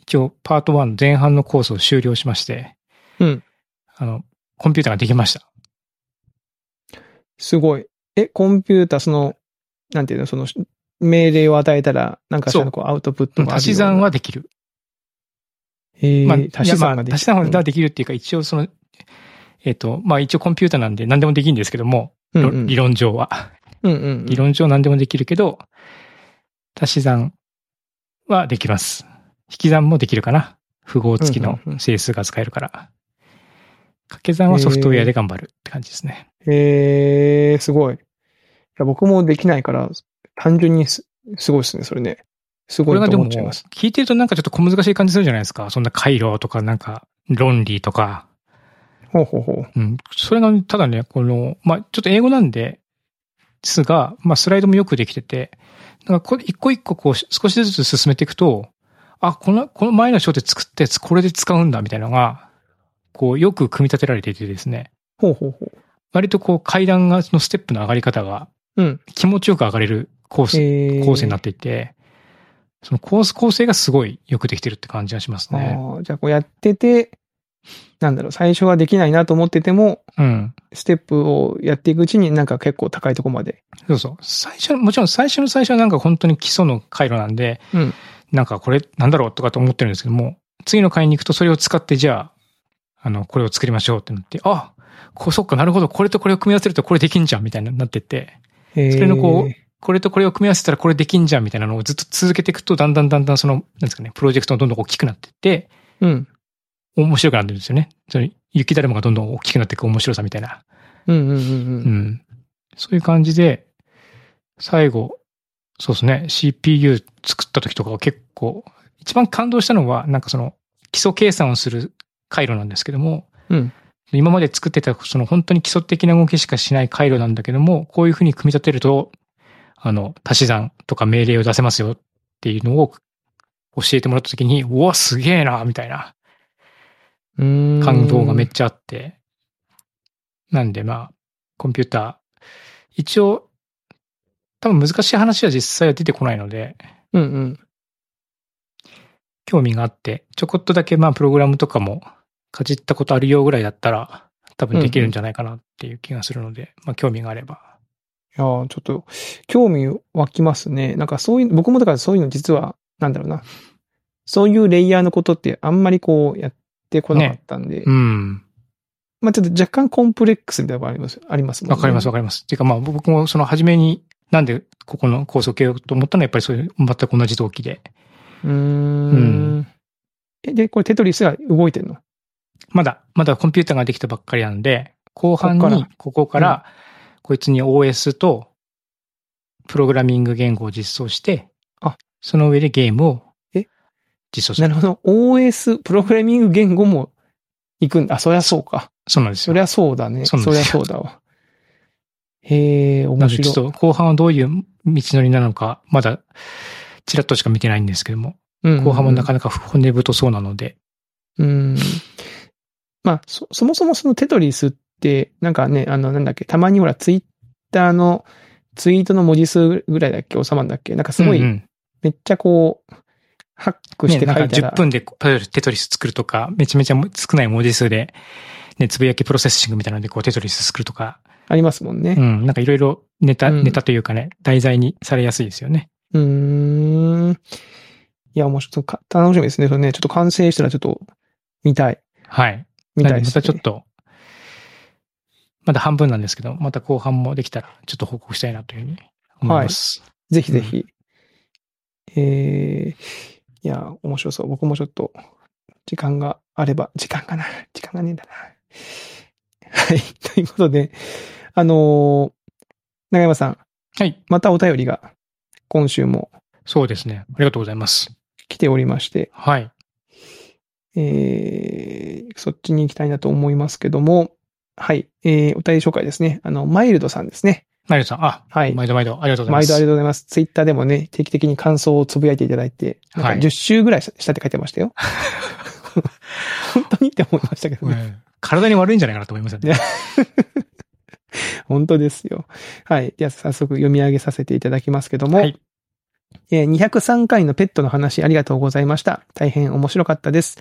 Speaker 1: 一応パート1の前半のコースを終了しまして、
Speaker 2: うん
Speaker 1: あの、コンピューターができました。
Speaker 2: すごい。え、コンピューター、その、なんていうの、その、命令を与えたら、なんかしらのこうアウトプットがあるような
Speaker 1: 足し算、はできる。
Speaker 2: え
Speaker 1: まあ、
Speaker 2: ー、足し算が
Speaker 1: い
Speaker 2: で
Speaker 1: やまあ足し算ができるっていうか、一応その、えっ、と、まあ一応コンピューターなんで何でもできるんですけども、
Speaker 2: うんう
Speaker 1: ろ
Speaker 2: んうん
Speaker 1: 理論上は。
Speaker 2: うんうん。
Speaker 1: 理論上何でもできるけど、足し算はできます。引き算もできるかな。符号付きの
Speaker 2: うんうんうん
Speaker 1: 整数が使えるから。掛け算はソフトウェアで頑張るって感じですね。
Speaker 2: えー、すごい。いや僕もできないから、単純にすすごいですね、それね。す
Speaker 1: こ
Speaker 2: ご
Speaker 1: れ
Speaker 2: い
Speaker 1: が
Speaker 2: と
Speaker 1: で
Speaker 2: 思
Speaker 1: も、
Speaker 2: っちゃいます。
Speaker 1: 聞いてるとなんかちょっと小難しい感じするじゃないですか。そんな回路とかなんか論理とか。
Speaker 2: ほうほうほう。
Speaker 1: うん。それが、ただね、この、まあ、ちょっと英語なんで、ですが、まあ、スライドもよくできてて、なんかこ、一個一個こう、少しずつ進めていくと、あ、この、この前の章で作ったやつ、これで使うんだ、みたいなのが、こう、よく組み立てられていてですね、
Speaker 2: ほうほうほ
Speaker 1: 割とこう、階段が、のステップの上がり方が、
Speaker 2: う。うん。
Speaker 1: 気持ちよく上がれるコース、
Speaker 2: えー
Speaker 1: 構成になっていて、そのコース構成がすごいよくできてるって感じがしますね。
Speaker 2: あーじゃあ、こうやってて、なんだろう、最初はできないなと思ってても、
Speaker 1: うん。
Speaker 2: ステップをやっていくうちになんか結構高いとこまで。
Speaker 1: そうそう。最初、もちろん最初の最初はなんか本当に基礎の回路なんで、
Speaker 2: うん
Speaker 1: なんかこれなんだろうとかと思ってるんですけども、次の回に行くとそれを使って、じゃあ、あの、これを作りましょうってなって、あこうそっか、なるほど、これとこれを組み合わせるとこれできんじゃんみたいになってって、
Speaker 2: それ
Speaker 1: それのこうこれとこれを組み合わせたらこれできんじゃんみたいなのをずっと続けていくと、だんだんだんだんその、なんですかね、プロジェクトがどんどん大きくなってって、
Speaker 2: うん。
Speaker 1: 面白くなってるんですよね。その雪だるまがどんどん大きくなっていく面白さみたいな。
Speaker 2: うんうんうん
Speaker 1: う
Speaker 2: うん。
Speaker 1: ん。そういう感じで、最後、そうですね、CPU 作った時とかは結構、一番感動したのは、なんかその、基礎計算をする回路なんですけども、
Speaker 2: うん。
Speaker 1: 今まで作ってた、その本当に基礎的な動きしかしない回路なんだけども、こういうふうに組み立てると、あの、足し算とか命令を出せますよっていうのを教えてもらった時に、うわ、すげえな、みたいな。
Speaker 2: うーん
Speaker 1: 感動がめっちゃあって。なんでまあ、コンピューター、一応、多分難しい話は実際は出てこないので、
Speaker 2: うんうん。
Speaker 1: 興味があって、ちょこっとだけまあ、プログラムとかもかじったことあるよぐらいだったら、多分できるんじゃないかなっていう気がするので、まあ、興味があれば。
Speaker 2: いやーちょっと、興味湧きますね。なんかそういう、僕もだからそういうの実は、なんだろうな。そういうレイヤーのことってあんまりこうやってこなかったんで、
Speaker 1: うん。
Speaker 2: まあちょっと若干コンプレックスみたいなのがあります、ありますもんね。
Speaker 1: わかりますわかります。っていうかまあ、僕もその初めに、なんでここのコースを受けようと思ったのは、やっぱりそういう全く同じ動機で。
Speaker 2: うーん
Speaker 1: う
Speaker 2: え、で、これテトリスが動いてんの
Speaker 1: まだ、まだコンピューターができたばっかりなんで、後半
Speaker 2: ここか
Speaker 1: に
Speaker 2: ら、
Speaker 1: ここから、こいつに OS と、プログラミング言語を実装して、
Speaker 2: あ
Speaker 1: その上でゲームを
Speaker 2: え、
Speaker 1: 実装す
Speaker 2: な
Speaker 1: る。
Speaker 2: るほど。OS、プログラミング言語も行くんだ。あ、そりゃそうか。
Speaker 1: そうなんです
Speaker 2: そ
Speaker 1: よ
Speaker 2: り。ゃそうだね。
Speaker 1: そう
Speaker 2: そ
Speaker 1: なんで
Speaker 2: りゃ
Speaker 1: す
Speaker 2: そ
Speaker 1: よ
Speaker 2: うだわ。へえ、
Speaker 1: な
Speaker 2: 面
Speaker 1: ので、ちょっ
Speaker 2: 白い。
Speaker 1: と後半はどういう道のりなのか、まだ、ちらっとしか見てないんですけども、
Speaker 2: うん
Speaker 1: 後半もなかなか骨太そうなので、
Speaker 2: うん。まあ、そ、そもそもそのテトリスって、なんかね、あの、なんだっけ、たまにほら、ツイッターのツイートの文字数ぐらいだっけ、収まるんだっけ、なんかすごい、
Speaker 1: うんうん
Speaker 2: めっちゃこう、ハックして
Speaker 1: ね、
Speaker 2: 書
Speaker 1: ないんか
Speaker 2: たら、
Speaker 1: 10分で例えばテトリス作るとか、めちゃめちゃ少ない文字数で、ね、つぶやきプロセッシングみたいなので、こうテトリス作るとか、
Speaker 2: ありますもん
Speaker 1: う
Speaker 2: ね。
Speaker 1: ん、なんかいろいろネタ、
Speaker 2: うん
Speaker 1: ネタというかね、題材にされやすいですよね。
Speaker 2: うーん。いや、面白そうか。楽しみですね。それね、ちょっと完成したらちょっと、見たい。
Speaker 1: はい。
Speaker 2: 見たい
Speaker 1: なん
Speaker 2: で、
Speaker 1: ですま
Speaker 2: ね。
Speaker 1: たちょっと、まだ半分なんですけど、また後半もできたら、ちょっと報告したいなというふうに思います。
Speaker 2: ぜひぜひ。えー、いや、面白そう。僕もちょっと、時間があれば、時間がな、時間がねえんだな。はい。 ということで、あのー長山さん、
Speaker 1: はい、
Speaker 2: またお便りが、今週も
Speaker 1: そうですね。ありがとうございます。
Speaker 2: 来ておりまして、
Speaker 1: はい。
Speaker 2: えー、そっちに行きたいなと思いますけども、はい。えー、お便り紹介ですね。あの、マイルドさんですね。
Speaker 1: マイルドさん、あ、
Speaker 2: はい。
Speaker 1: 毎度毎度ありがとうございま
Speaker 2: 毎
Speaker 1: す。
Speaker 2: 度ありがとうございます。ツイッターでもね、定期的に感想をつぶやいていただいて、な
Speaker 1: は
Speaker 2: ん
Speaker 1: い
Speaker 2: か10週ぐらいしたって書いて ましたよ。本当にって思いましたけどね。
Speaker 1: うん体に悪いんじゃないかなと思いますよね。
Speaker 2: 本当ですよ。はい。では早速読み上げさせていただきますけども、
Speaker 1: はい
Speaker 2: えー203回のペットの話ありがとうございました。大変面白かったです。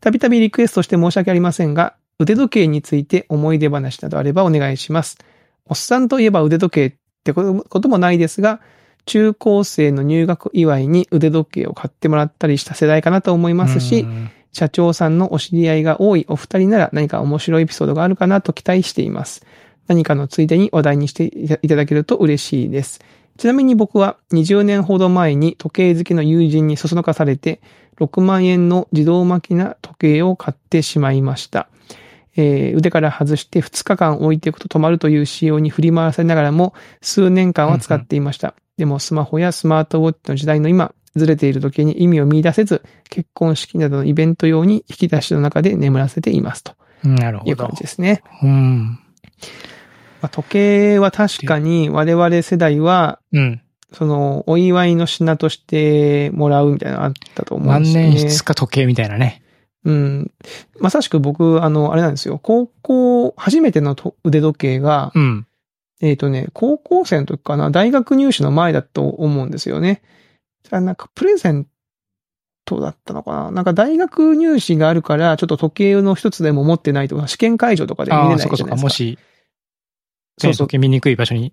Speaker 2: たびたびリクエストして申し訳ありませんが、腕時計について思い出話などあればお願いします。おっさんといえば腕時計ってことこともないですが、中高生の入学祝いに腕時計を買ってもらったりした世代かなと思いますし
Speaker 1: う、ん
Speaker 2: 社長さんのお知り合いが多いお二人なら何か面白いエピソードがあるかなと期待しています。何かのついでに話題にしていただけると嬉しいです。ちなみに僕は20年ほど前に時計好きの友人にそそのかされて6万円の自動巻きな時計を買ってしまいました。えー腕から外して2日間置いておくと止まるという仕様に振り回されながらも数年間は使っていました。でもスマホやスマートウォッチの時代の今、ずれている時計に意味を見出せず、結婚式などのイベント用に引き出しの中で眠らせていますと
Speaker 1: なるほ
Speaker 2: いう
Speaker 1: ど
Speaker 2: 感。じですね。
Speaker 1: うん。
Speaker 2: まあ、時計は確かに我々世代は、
Speaker 1: うん。
Speaker 2: その、お祝いの品としてもらうみたいなのあったと思うん
Speaker 1: 万
Speaker 2: ですよ
Speaker 1: 年
Speaker 2: ね。
Speaker 1: 筆か時計みたいなね。
Speaker 2: うん。まさしく僕、あの、あれなんですよ。高校、初めてのと腕時計が、
Speaker 1: うん。
Speaker 2: えっ、とね、高校生の時かな、大学入試の前だと思うんですよね。それはなんかプレゼントだったのかななんか大学入試があるから、ちょっと時計の一つでも持ってないとか、試験会場とかで見れ
Speaker 1: あ
Speaker 2: な
Speaker 1: あ、
Speaker 2: い
Speaker 1: そ
Speaker 2: じ
Speaker 1: う
Speaker 2: ゃ
Speaker 1: かそう
Speaker 2: な
Speaker 1: か。
Speaker 2: いです
Speaker 1: も
Speaker 2: か。
Speaker 1: し、
Speaker 2: そう
Speaker 1: ね
Speaker 2: そう
Speaker 1: 時計見にくい場所に。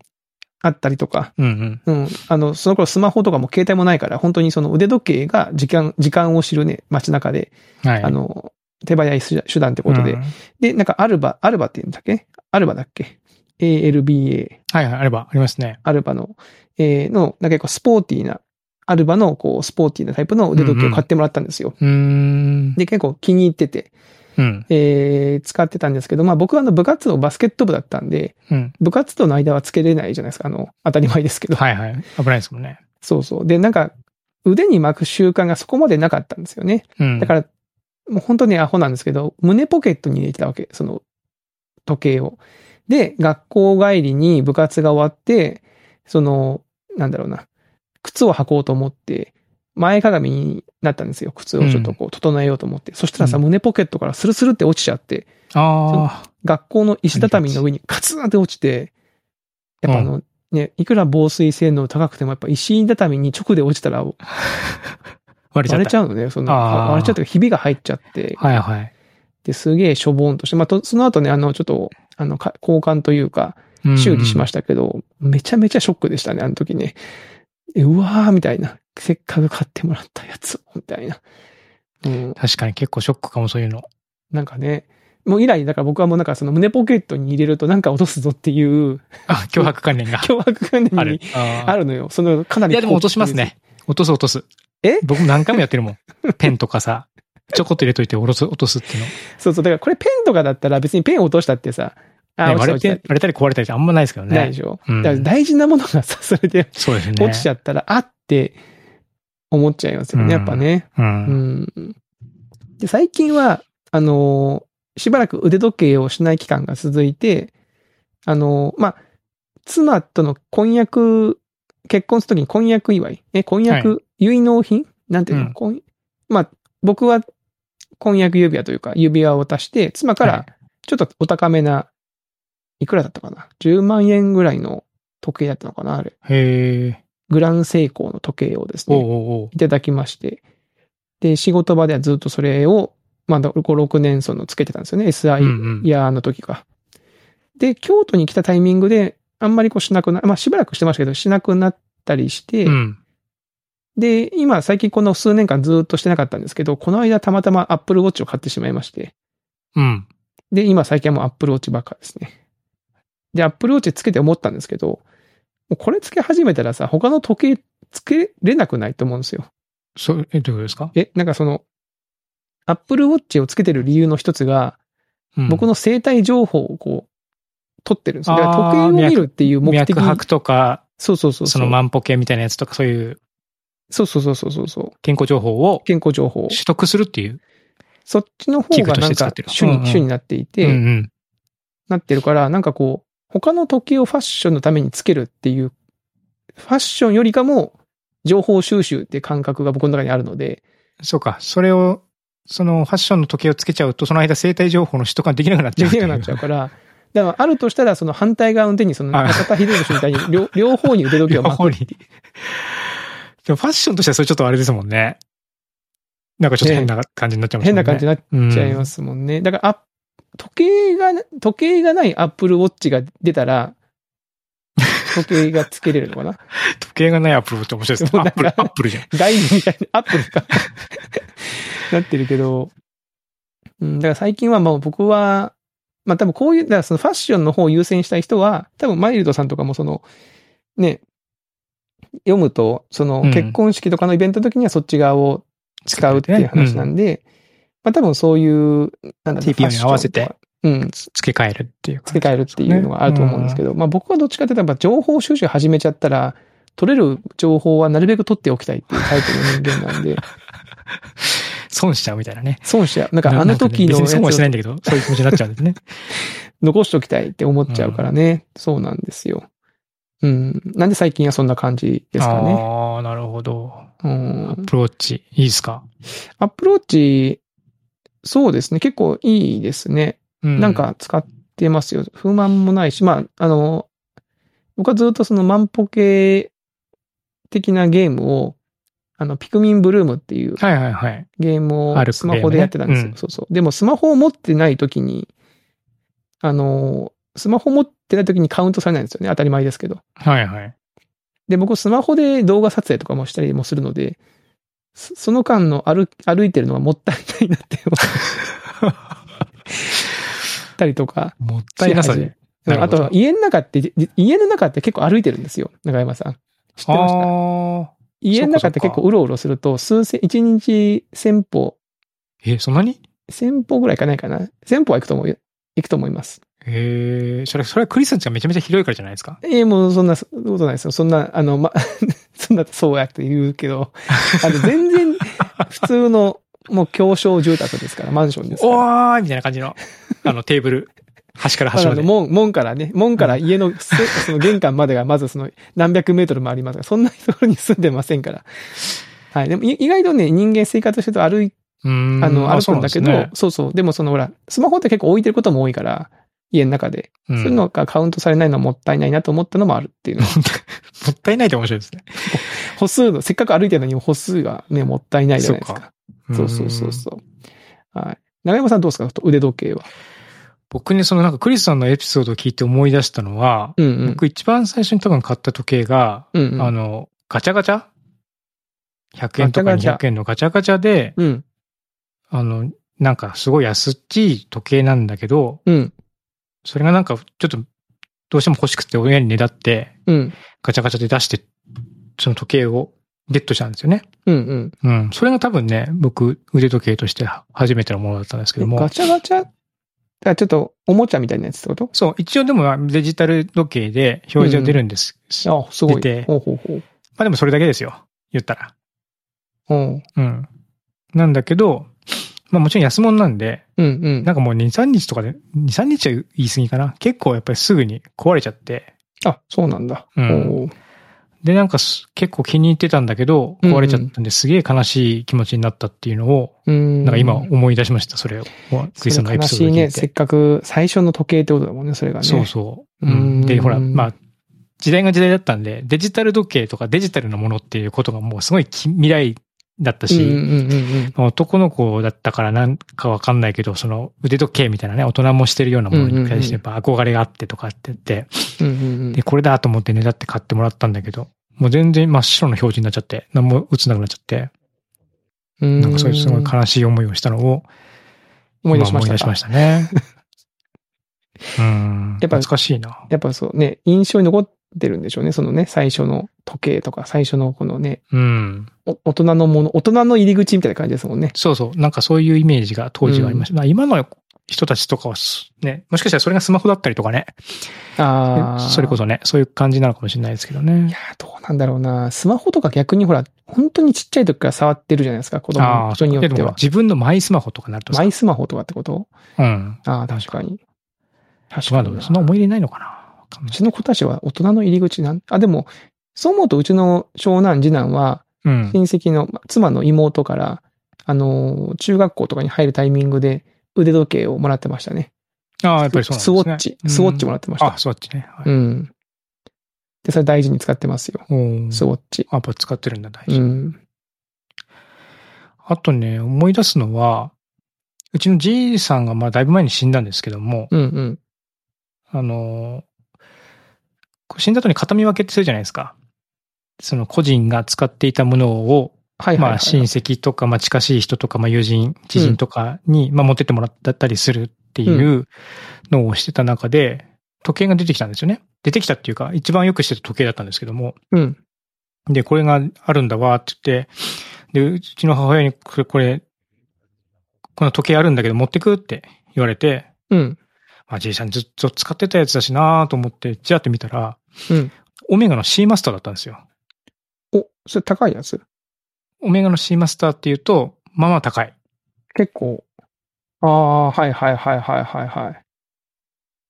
Speaker 2: あったりとか。
Speaker 1: うんうん。
Speaker 2: うん。あの、その頃スマホとかも携帯もないから、本当にその腕時計が時間、時間を知るね、街中で、
Speaker 1: はい。
Speaker 2: あの、手早い手段ってことで。
Speaker 1: うん
Speaker 2: で、なんかアルバ、アルバって言うんだっけアルバだっけ ?ALBA。
Speaker 1: はいはい、あれば、ありますね。
Speaker 2: アルバの、えーの、なんか結構スポーティーな、アルバのこう、スポーティーなタイプの腕時計を買ってもらったんですよ。
Speaker 1: うーん。
Speaker 2: で、結構気に入ってて、
Speaker 1: うん。
Speaker 2: えー使ってたんですけど、まあ僕はあの部活動バスケット部だったんで、
Speaker 1: うん。
Speaker 2: 部活動の間はつけれないじゃないですか。あの、当たり前ですけど。
Speaker 1: はいはい。危ないですもんね。
Speaker 2: そうそう。で、なんか、腕に巻く習慣がそこまでなかったんですよね。
Speaker 1: うん。
Speaker 2: だから、もう本当にアホなんですけど、胸ポケットに入れてたわけ、その、時計を。で、学校帰りに部活が終わって、その、なんだろうな、靴を履こうと思って、前かがみになったんですよ。靴をちょっとこう、整えようと思って。そしたらさ、
Speaker 1: うん
Speaker 2: 胸ポケットからスルスルって落ちちゃって、
Speaker 1: ああ、
Speaker 2: 学校の石畳の上にカツンって落ちて、やっぱあの、ね、いくら防水性能高くても、やっぱ石畳に直で落ちたら
Speaker 1: 割れちゃ
Speaker 2: 割
Speaker 1: っ
Speaker 2: れ
Speaker 1: た。
Speaker 2: ちゃうのね。その、
Speaker 1: あー
Speaker 2: 割れちゃうというか、ひびが入っちゃって、
Speaker 1: はいはい。
Speaker 2: ですげえしょぼんとして、まあ、とその後ね、あの、ちょっと、あの、か交換というか、修理しま
Speaker 1: し
Speaker 2: したけど、めちゃめちゃショックでしたね、あの時ね。えうわー、みたいな。せっかく買ってもらったやつ、みたいな。うん、
Speaker 1: た。確かに結構ショックかも、そういうの。
Speaker 2: なんかね、もう以来、だから僕はもうなんかその胸ポケットに入れるとなんか落とすぞっ ていう、
Speaker 1: あ、脅迫観 念が
Speaker 2: 脅迫観
Speaker 1: あ
Speaker 2: 念
Speaker 1: る
Speaker 2: に。
Speaker 1: あ
Speaker 2: あるのよ。その、かな
Speaker 1: ー
Speaker 2: り。
Speaker 1: いや、でも落としますね。。落とす落とす。
Speaker 2: え
Speaker 1: 僕も何回もやってる もん。ペンとかさ、ちょこっと入れといて落とす、落とすっていうの。
Speaker 2: そうそう。だからこれペンとかだったら別にペン落としたってさ、あ、
Speaker 1: ね
Speaker 2: 落
Speaker 1: 割
Speaker 2: ちた
Speaker 1: れ
Speaker 2: 落ち
Speaker 1: て、
Speaker 2: た
Speaker 1: 割れたり壊れたりってあんまないですけどね。
Speaker 2: ないでしょ。
Speaker 1: うん
Speaker 2: だから大事なものがさ、それで
Speaker 1: そうですね。
Speaker 2: 落ちち
Speaker 1: ゃ
Speaker 2: ゃったら、あって思っちゃいますよ
Speaker 1: うん
Speaker 2: ね、やっぱね。
Speaker 1: う。う。
Speaker 2: うんん。で最近は、あのーしばらく腕時計をしない期間が続いて、あのーまあ、妻との婚約、結婚するときに婚約祝い。え、婚約、結納品なんていうの、
Speaker 1: うん
Speaker 2: 婚まあ、僕は婚約指輪というか、指輪を渡して、妻か
Speaker 1: は
Speaker 2: ら
Speaker 1: い、
Speaker 2: ちょっとお高めな、いくらだったかな ?10 万円ぐらいの時計だったのかなあれ。
Speaker 1: へえ。
Speaker 2: グランセイコーの時計をです
Speaker 1: おう
Speaker 2: ね、
Speaker 1: おうおう
Speaker 2: いただきまして。で、仕事場ではずっとそれを、まだ5、6年そのつけてたんですよね。SI
Speaker 1: うんうん
Speaker 2: いやーの時か。で、京都に来たタイミングで、あんまりこうしなくな、まあしばらくしてましたけど、しなくなったりして、
Speaker 1: うん。
Speaker 2: で、今最近この数年間ずっとしてなかったんですけど、この間たまたま Apple Watch を買ってしまいまして、
Speaker 1: うん。
Speaker 2: で、今最近はもう Apple Watch ばっかですね。で、Apple Watch つけて思ったんですけど、もうこれつけ始めたらさ、他の時計つけれなくないと思うんですよ。
Speaker 1: そう、え、どういうことですか
Speaker 2: え、なんかその、Apple Watch をつけてる理由の一つが、
Speaker 1: うん
Speaker 2: 僕の生体情報をこう、取ってるんですよ。だから
Speaker 1: あー
Speaker 2: 時計を見るっていう目的
Speaker 1: 脈拍とか、
Speaker 2: そうそうそう。
Speaker 1: その万歩計みたいなやつとか、そういう
Speaker 2: そうそうそうそうそうそう。
Speaker 1: 健康情報を
Speaker 2: 健康情報を。
Speaker 1: 取得するっていう。
Speaker 2: そっちの方
Speaker 1: 器具
Speaker 2: が
Speaker 1: とし
Speaker 2: なん
Speaker 1: て使
Speaker 2: か
Speaker 1: ってる
Speaker 2: 主
Speaker 1: うんうん
Speaker 2: に、主になっていて、
Speaker 1: うんうん。
Speaker 2: なってるから、なんかこう、他の時計をファッションのためにつけるっていう、ファッションよりかも、情報収集って感覚が僕の中にあるので、
Speaker 1: そうか。それを、そのファッションの時計をつけちゃうと、その間生体情報の取得ができなくなっちゃ
Speaker 2: で
Speaker 1: うって
Speaker 2: き
Speaker 1: い
Speaker 2: な
Speaker 1: う。
Speaker 2: くなっちゃう から、だからあるとしたら、その反対側の手に、その
Speaker 1: あ
Speaker 2: 中田秀俊みたいに両、両方に腕時計を
Speaker 1: 両
Speaker 2: 巻く
Speaker 1: 方に。でもファッションとしてはそれちょっとあれですもんね。なんかちょっと変な感じになっちゃいます
Speaker 2: 変
Speaker 1: もんね。
Speaker 2: な感じになっ
Speaker 1: に。
Speaker 2: ちゃいますすもんね。だから、あ時計がな、時計がないアップルウォッチが出 たら、時計がつけれるのかな
Speaker 1: 時計がないアップルって面白いですね。
Speaker 2: そう
Speaker 1: アップル、
Speaker 2: な
Speaker 1: ア
Speaker 2: んか
Speaker 1: ップルじゃん。
Speaker 2: ダイムみたいな、アップルか。 なってるけど、うん、だから最近はもう僕は、まあ多分こういう、だからそのファッションの方を優先したい人は、多分マイルドさんとかもその、ね、読むと、その
Speaker 1: うん
Speaker 2: 結婚式とかのイベントの時にはそっち側を使うっていう話なんで、まあ多分そういう、なんだろう
Speaker 1: TPO に合わせて
Speaker 2: ファッションとかうん、
Speaker 1: 付け替えるっていう。
Speaker 2: 付け替えるっていうのがあると思うんですけど、まあ僕はどっちかって言ったら情報収集始めちゃったら、取れる情報はなるべく取っておきたいっていうタイプの人間なんで、
Speaker 1: 損しちゃうみたいなね。
Speaker 2: 損しちゃう。なんかあの時
Speaker 1: なんかね別
Speaker 2: のや
Speaker 1: に損はし
Speaker 2: つ
Speaker 1: ない
Speaker 2: を
Speaker 1: んだけど、そういう気持ちになっちゃうんですね。
Speaker 2: 残しておきたいって思っちゃうからね。そうなんですよ。うん。なんで最近はそんな感じ ですかね。
Speaker 1: ああ、なるほど。
Speaker 2: う
Speaker 1: ア
Speaker 2: ん
Speaker 1: ッ。プローチ、いいですか、
Speaker 2: アップローチ、そうですね。結構いいですね。
Speaker 1: う
Speaker 2: なん、か使ってますよ。不満もないし、まあ、あの、僕はずっとその万歩計的なゲームを、あの、ピクミンブルームっていう
Speaker 1: はいはいはい。
Speaker 2: ゲーム
Speaker 1: 歩
Speaker 2: を
Speaker 1: く
Speaker 2: スマホでやってたんですよ。
Speaker 1: ゲームねうん
Speaker 2: そうそう。でもスマホを持ってない時に、あの、スマホ持ってない時にカウントされないんですよね。当たり前ですけど。
Speaker 1: はいはい。
Speaker 2: で、僕スマホで動画撮影とかもしたりもするので、そその間の歩歩いてるのはもったいないなって思ったりとか。
Speaker 1: もったいなさで。なるほ
Speaker 2: あ
Speaker 1: ど
Speaker 2: と、家の中って、じ家の中って結構歩いてるんですよ、中山さん。知ってました
Speaker 1: ああ。
Speaker 2: 家
Speaker 1: そ
Speaker 2: の中って
Speaker 1: うかそうか
Speaker 2: 結構うろうろすると、数千、一日千歩、
Speaker 1: え、そんなに
Speaker 2: 千歩ぐらいいかないかな。千歩は行くと思うよ、行くと思います。
Speaker 1: ええそれ、それはクリスさんちがめちゃめちゃ広いからじゃないですか
Speaker 2: ええもうそんなそことないですよ。そんな、あの、ま、 そんな、そうやって言うけど、あの、全然、普通の、もう、狭小住宅ですから、マンションですから。
Speaker 1: おーいみたいな感じ の、あの、テーブル。端から
Speaker 2: ま
Speaker 1: 端
Speaker 2: だあ
Speaker 1: ま
Speaker 2: の
Speaker 1: で。
Speaker 2: 門、門からね、門から家のせ、 その玄関までがまずその何百メートルもありますが、そんなところに住んでませんから。はい。でもい意外とね、人間生活してると歩い、
Speaker 1: うーん
Speaker 2: あの、
Speaker 1: あ
Speaker 2: 歩くんだけ
Speaker 1: そ
Speaker 2: ど、そうう,、
Speaker 1: なんですね
Speaker 2: そうでもそのほら、スマホって結構置いてることも多いから、家の中で。
Speaker 1: うん
Speaker 2: そういうのがカウントされないのはもったいないなと思ったのもあるっていう の。
Speaker 1: もったいないって面白いですね。
Speaker 2: 歩数の、せっかく歩いてるのに歩数がね、もったいないじゃないですか。そうそうそう
Speaker 1: うん
Speaker 2: そう。はい。長山さんどうですか腕時計は。
Speaker 1: 僕ね、そのなんかクリスさんのエピソードを聞いて思い出したのは、
Speaker 2: うんうん。
Speaker 1: 僕一番最初に多分買った時計が、
Speaker 2: うんうん、
Speaker 1: あの、ガチャガチャ ?100 円とか
Speaker 2: ガチャガチ
Speaker 1: 200
Speaker 2: ャ
Speaker 1: 円のガチャガチャで、
Speaker 2: うん。
Speaker 1: あの、なんかすごい安っちい時計なんだけど、
Speaker 2: うん。
Speaker 1: それがなんかちょっとどうしても欲しくて親にねだって、
Speaker 2: うん。
Speaker 1: ガチャガチャで出して、その時計をゲットしたんですよね。
Speaker 2: うん。うん。
Speaker 1: うん。それが多分ね、僕、腕時計として初めてのものだったんですけど
Speaker 2: ガ
Speaker 1: も。
Speaker 2: チャガチャあちょっと、おもちゃみたいなやつってこと
Speaker 1: そう、一応でもまあデジタル時計で表示は出るんです。
Speaker 2: あ、すご
Speaker 1: 出
Speaker 2: い。
Speaker 1: て
Speaker 2: ほうほうほう。
Speaker 1: まあでもそれだけですよ。言ったら。
Speaker 2: うん。
Speaker 1: うん。なんだけど、まあもちろん安物なんで、
Speaker 2: うんうん
Speaker 1: なんかもう2、3日とかで、2、3日は言い過ぎかな。結構やっぱりすぐに壊れちゃって、
Speaker 2: あ、そうなんだ。
Speaker 1: うん
Speaker 2: おー
Speaker 1: で、なんかす結構気に入ってたんだけど、壊れちゃったんですげえ悲しい気持ちになったっていうのを、
Speaker 2: うん。
Speaker 1: なんか今思い出しました、それを。クイさんのエピソード
Speaker 2: それ悲しい
Speaker 1: で聞
Speaker 2: ね。
Speaker 1: い。
Speaker 2: せってかく最初の時計ってことだもんね、それがね。
Speaker 1: そうそう。
Speaker 2: う
Speaker 1: うんんで、ほら、まあ、時代が時代だったんで、デジタル時計とかデジタルのものっていうことがもうすごいき未来だった
Speaker 2: うん
Speaker 1: し、
Speaker 2: うんうんうん
Speaker 1: 男の子だったからなんかわかんないけど、その腕時計みたいなね、大人もしてるようなものに対してやっぱ憧れがあってとかって言って、
Speaker 2: うんうんうん
Speaker 1: で、これだと思ってねだって買ってもらったんだけど、もう全然真っ白の表示になっちゃって、何も映んなくなっちゃって、
Speaker 2: うん
Speaker 1: なんかそういうすごい悲しい思いをしたのを
Speaker 2: 思い出しま
Speaker 1: 今思
Speaker 2: した。
Speaker 1: い出しました ね。うん。
Speaker 2: やっぱ
Speaker 1: 懐かしいな。
Speaker 2: やっぱそうね、印象に残ってるんでしょうね。そのね、最初の時計とか、最初のこのね、
Speaker 1: うん。
Speaker 2: お大人のもの、大人の入り口みたいな感じですもんね。
Speaker 1: そうそう。なんかそういうイメージが当時はありました。まあ今の人たちとかはす、ね、もしかしたらそれがスマホだったりとかね。
Speaker 2: ああ。
Speaker 1: それこ。そね、そういう感じなのかもしれないですけど
Speaker 2: い
Speaker 1: ね
Speaker 2: や。ー、どうなんだろうな。スマホとか逆にほら、本当にちっちゃい時から触ってるじゃないですか、子供
Speaker 1: あ
Speaker 2: の
Speaker 1: あ、
Speaker 2: 人
Speaker 1: そう
Speaker 2: によ
Speaker 1: か。
Speaker 2: っ
Speaker 1: でも
Speaker 2: て
Speaker 1: ほら
Speaker 2: は。
Speaker 1: 自分のマイスマホとかなるとさ
Speaker 2: マイスマホとかってこと
Speaker 1: うん。
Speaker 2: ああ、確かに。確
Speaker 1: まあ
Speaker 2: かに
Speaker 1: でも
Speaker 2: な。
Speaker 1: そんな思い入れないのかな。わかん
Speaker 2: う
Speaker 1: ない
Speaker 2: ちの子たちは大人の入り口なん、あ、でも、そう思うとうちの長男、次男は、
Speaker 1: うん。
Speaker 2: 親戚の、まあ妻の妹から、あのー、中学校とかに入るタイミングで腕時計をもらってましたね。
Speaker 1: ああ、やっぱりそう
Speaker 2: スウォ
Speaker 1: な
Speaker 2: ッ
Speaker 1: んです
Speaker 2: チ
Speaker 1: ね。、
Speaker 2: スウォッチもら
Speaker 1: っ
Speaker 2: ってま
Speaker 1: ま
Speaker 2: した。
Speaker 1: あ、スウォッチね。はい
Speaker 2: うん。で、それ大事に使ってますよ。
Speaker 1: うん
Speaker 2: スウォッチ。
Speaker 1: あやっぱ使ってるんだ、大
Speaker 2: う
Speaker 1: 事。
Speaker 2: ん。
Speaker 1: あとね、思い出すのは、うちのじいさんがまあだいぶ前に死んだんですけども、
Speaker 2: うんうん。
Speaker 1: あのー、こう死んだ後に形見分けってするじゃないですか。その個人が使っていたものを、
Speaker 2: はいはい、はい。
Speaker 1: まあ親戚とか、まあ近しい人とか、まあ友人、知人とかに、まあ持ってってもらったりするっていうのをしてた中で、時計が出てきたんですよね。出てきたっていうか、一番よくしてた時計だったんですけども、
Speaker 2: うん。
Speaker 1: で、これがあるんだわって言って、で、うちの母親にこれ、これ、この時計あるんだけど持ってくって言われて、
Speaker 2: うん。
Speaker 1: まあ、じいさんずっと使ってたやつだしなと思って、ちらっと見たら、
Speaker 2: うん
Speaker 1: オメガの C マスターだったんですよ。
Speaker 2: お、それ高いやつ
Speaker 1: オメガの C マスターっていうと、まあまあ高い。
Speaker 2: 結構。ああ、はいはいはいはいはいはい。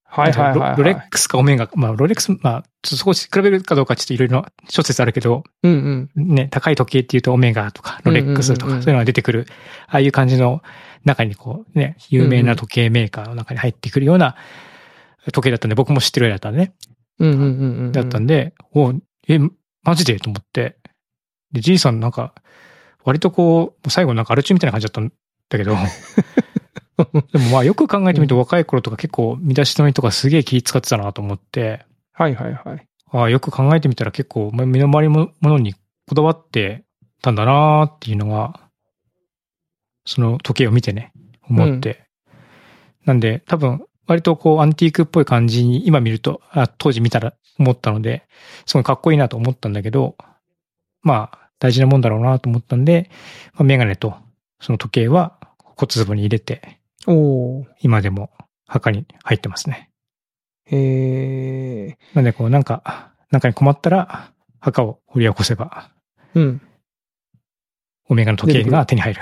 Speaker 2: はいはいはい、は
Speaker 1: ロ
Speaker 2: い。
Speaker 1: ロレックスかオメガ、まあ、ロレックス、まあ、ちょっとそこ比べるかどうかちょっといろいろ諸説あるけど、
Speaker 2: うんうん。
Speaker 1: ね、高い時計っていうとオメガとか、ロレックスと
Speaker 2: うんうん
Speaker 1: か、
Speaker 2: うんうん
Speaker 1: そういうのが出てくる、ああいう感じの中にこう、ね、有名な時計メーカーの中に入ってくるような時計だったんで、僕も知ってるやつだったんでね。
Speaker 2: うんうんうんうんうん。
Speaker 1: だったんで、おえ、マジでと思って。で、じいさんなんか、割とこう、最後なんかアル中みたいな感じだったんだけ ど、でもまあよく考えてみると若い頃とか結構身だしのりとかすげえ気使ってたなと思って、
Speaker 2: はいはいはい。
Speaker 1: ああよく考えてみたら結構ま身の回りのものにこだわってたんだなーっていうのが、その時計を見てね、思って。なんで多分割とこうアンティークっぽい感じに今見ると、あ当時見たら思ったので、すごいかっこいいなと思ったんだけど、まあ大事なもんだろうなと思ったんで、まあ、メガネとその時計は骨壺に入れて、
Speaker 2: おー。
Speaker 1: 今でも墓に入ってますね。
Speaker 2: え
Speaker 1: なんでこうなんか、なんかに困ったら、墓を掘り起こせば、
Speaker 2: ー。うん。
Speaker 1: オメガの時計が手に入る。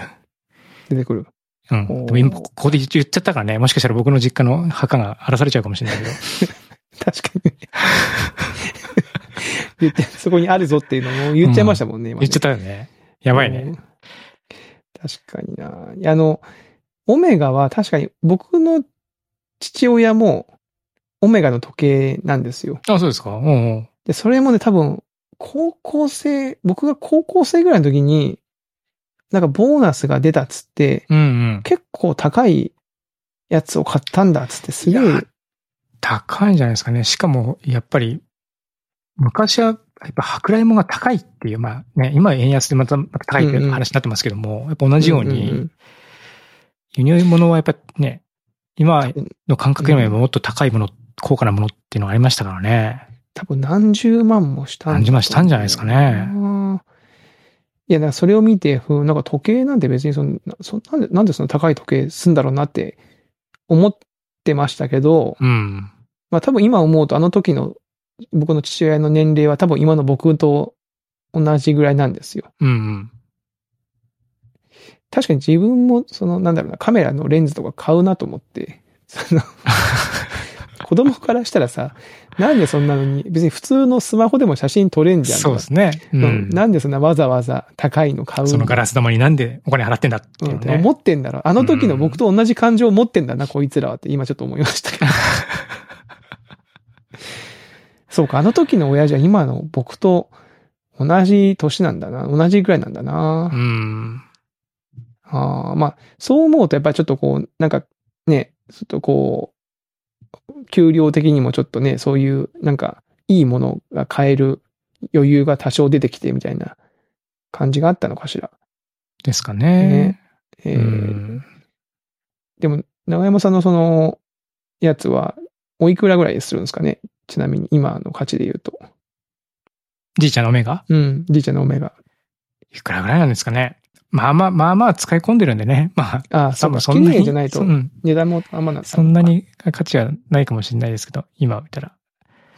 Speaker 2: 出てくる。
Speaker 1: うん。
Speaker 2: おー
Speaker 1: でも今、ここで言っちゃったからね、もしかしたら僕の実家の墓が荒らされちゃうかもしれないけど。
Speaker 2: 確かに。 言って、そこにあるぞっていうのも言っちゃいましたもんね、今ね
Speaker 1: 言っちゃったよね。やばいね。
Speaker 2: うん。確かにな。いやあの、オメガは確かに僕の父親もオメガの時計なんですよ。
Speaker 1: あ、そうですか。うんうん。
Speaker 2: で、それもね、多分、高校生、僕が高校生ぐらいの時に、なんかボーナスが出たっつって、
Speaker 1: うんうん。
Speaker 2: 結構高いやつを買ったんだっつって、すげえ
Speaker 1: いや高いんじゃないですかね。しかも、やっぱり、昔は、やっぱ、舶来物が高いっていう、まあね、今は円安でまたまた高いっていう話になってますけども、やっぱ同じように、
Speaker 2: んんん
Speaker 1: 輸入物はやっぱね、今の感覚よりももっと高いもの、高価なものっていうのがありましたからね。
Speaker 2: 多分何十万もした
Speaker 1: 何十万したんじゃないですかね
Speaker 2: うんいや、だからそれを見て、ふんなんか時計なんて別にそんな、そんなんで、なんでその高い時計すんだろうなって思ってましたけど、
Speaker 1: うん。
Speaker 2: まあ多分今思うとあの時の僕の父親の年齢は多分今の僕と同じぐらいなんですよ。
Speaker 1: うんうん。
Speaker 2: 確かに自分もそのなんだろうな、カメ ラのレンズとか買うなと思って、その、子供からしたらさ、なんでそんなのに、別に普通のスマホでも写真撮れんじゃん。
Speaker 1: そうですね。う
Speaker 2: うんん。。なんでそんなわざわざ高いの買うの
Speaker 1: そのガラス玉になんでお金払ってんだって
Speaker 2: う
Speaker 1: い
Speaker 2: ん
Speaker 1: うね。
Speaker 2: 持ってんだろ。あの時の僕と同じ感情を持ってんだな、こいつらはって今ちょっと思いましたけ ど。そうか、あの時の親父は今の僕と同じ年なんだな。同じぐらいなんだな。
Speaker 1: うん。
Speaker 2: ああ、まあ、そう思うとやっぱりちょっとこう、なんかね、ちょっとこう、給料的にもちょっとね、そういう、なんか、いいものが買える余裕が多少出てきてみたいな感じがあったのかしら。
Speaker 1: ですかね。
Speaker 2: え
Speaker 1: う
Speaker 2: ー
Speaker 1: ん
Speaker 2: でも、長山さんのその、やつは、おいくらぐらいするんですかねちなみに、今の価値で言うと。
Speaker 1: じいちゃんの目が
Speaker 2: うん、じいちゃんのおめが。
Speaker 1: いくらぐらいなんですかね。まあまあ、まあまあ使い込んでるんでね。まあ、
Speaker 2: ああ、
Speaker 1: 多
Speaker 2: そう
Speaker 1: 分
Speaker 2: か、
Speaker 1: そ
Speaker 2: 期
Speaker 1: んなに。
Speaker 2: 限じゃないと
Speaker 1: う、ん
Speaker 2: 値段もあんまな
Speaker 1: そんな。に価値はないかもしれないですけど、今見たら。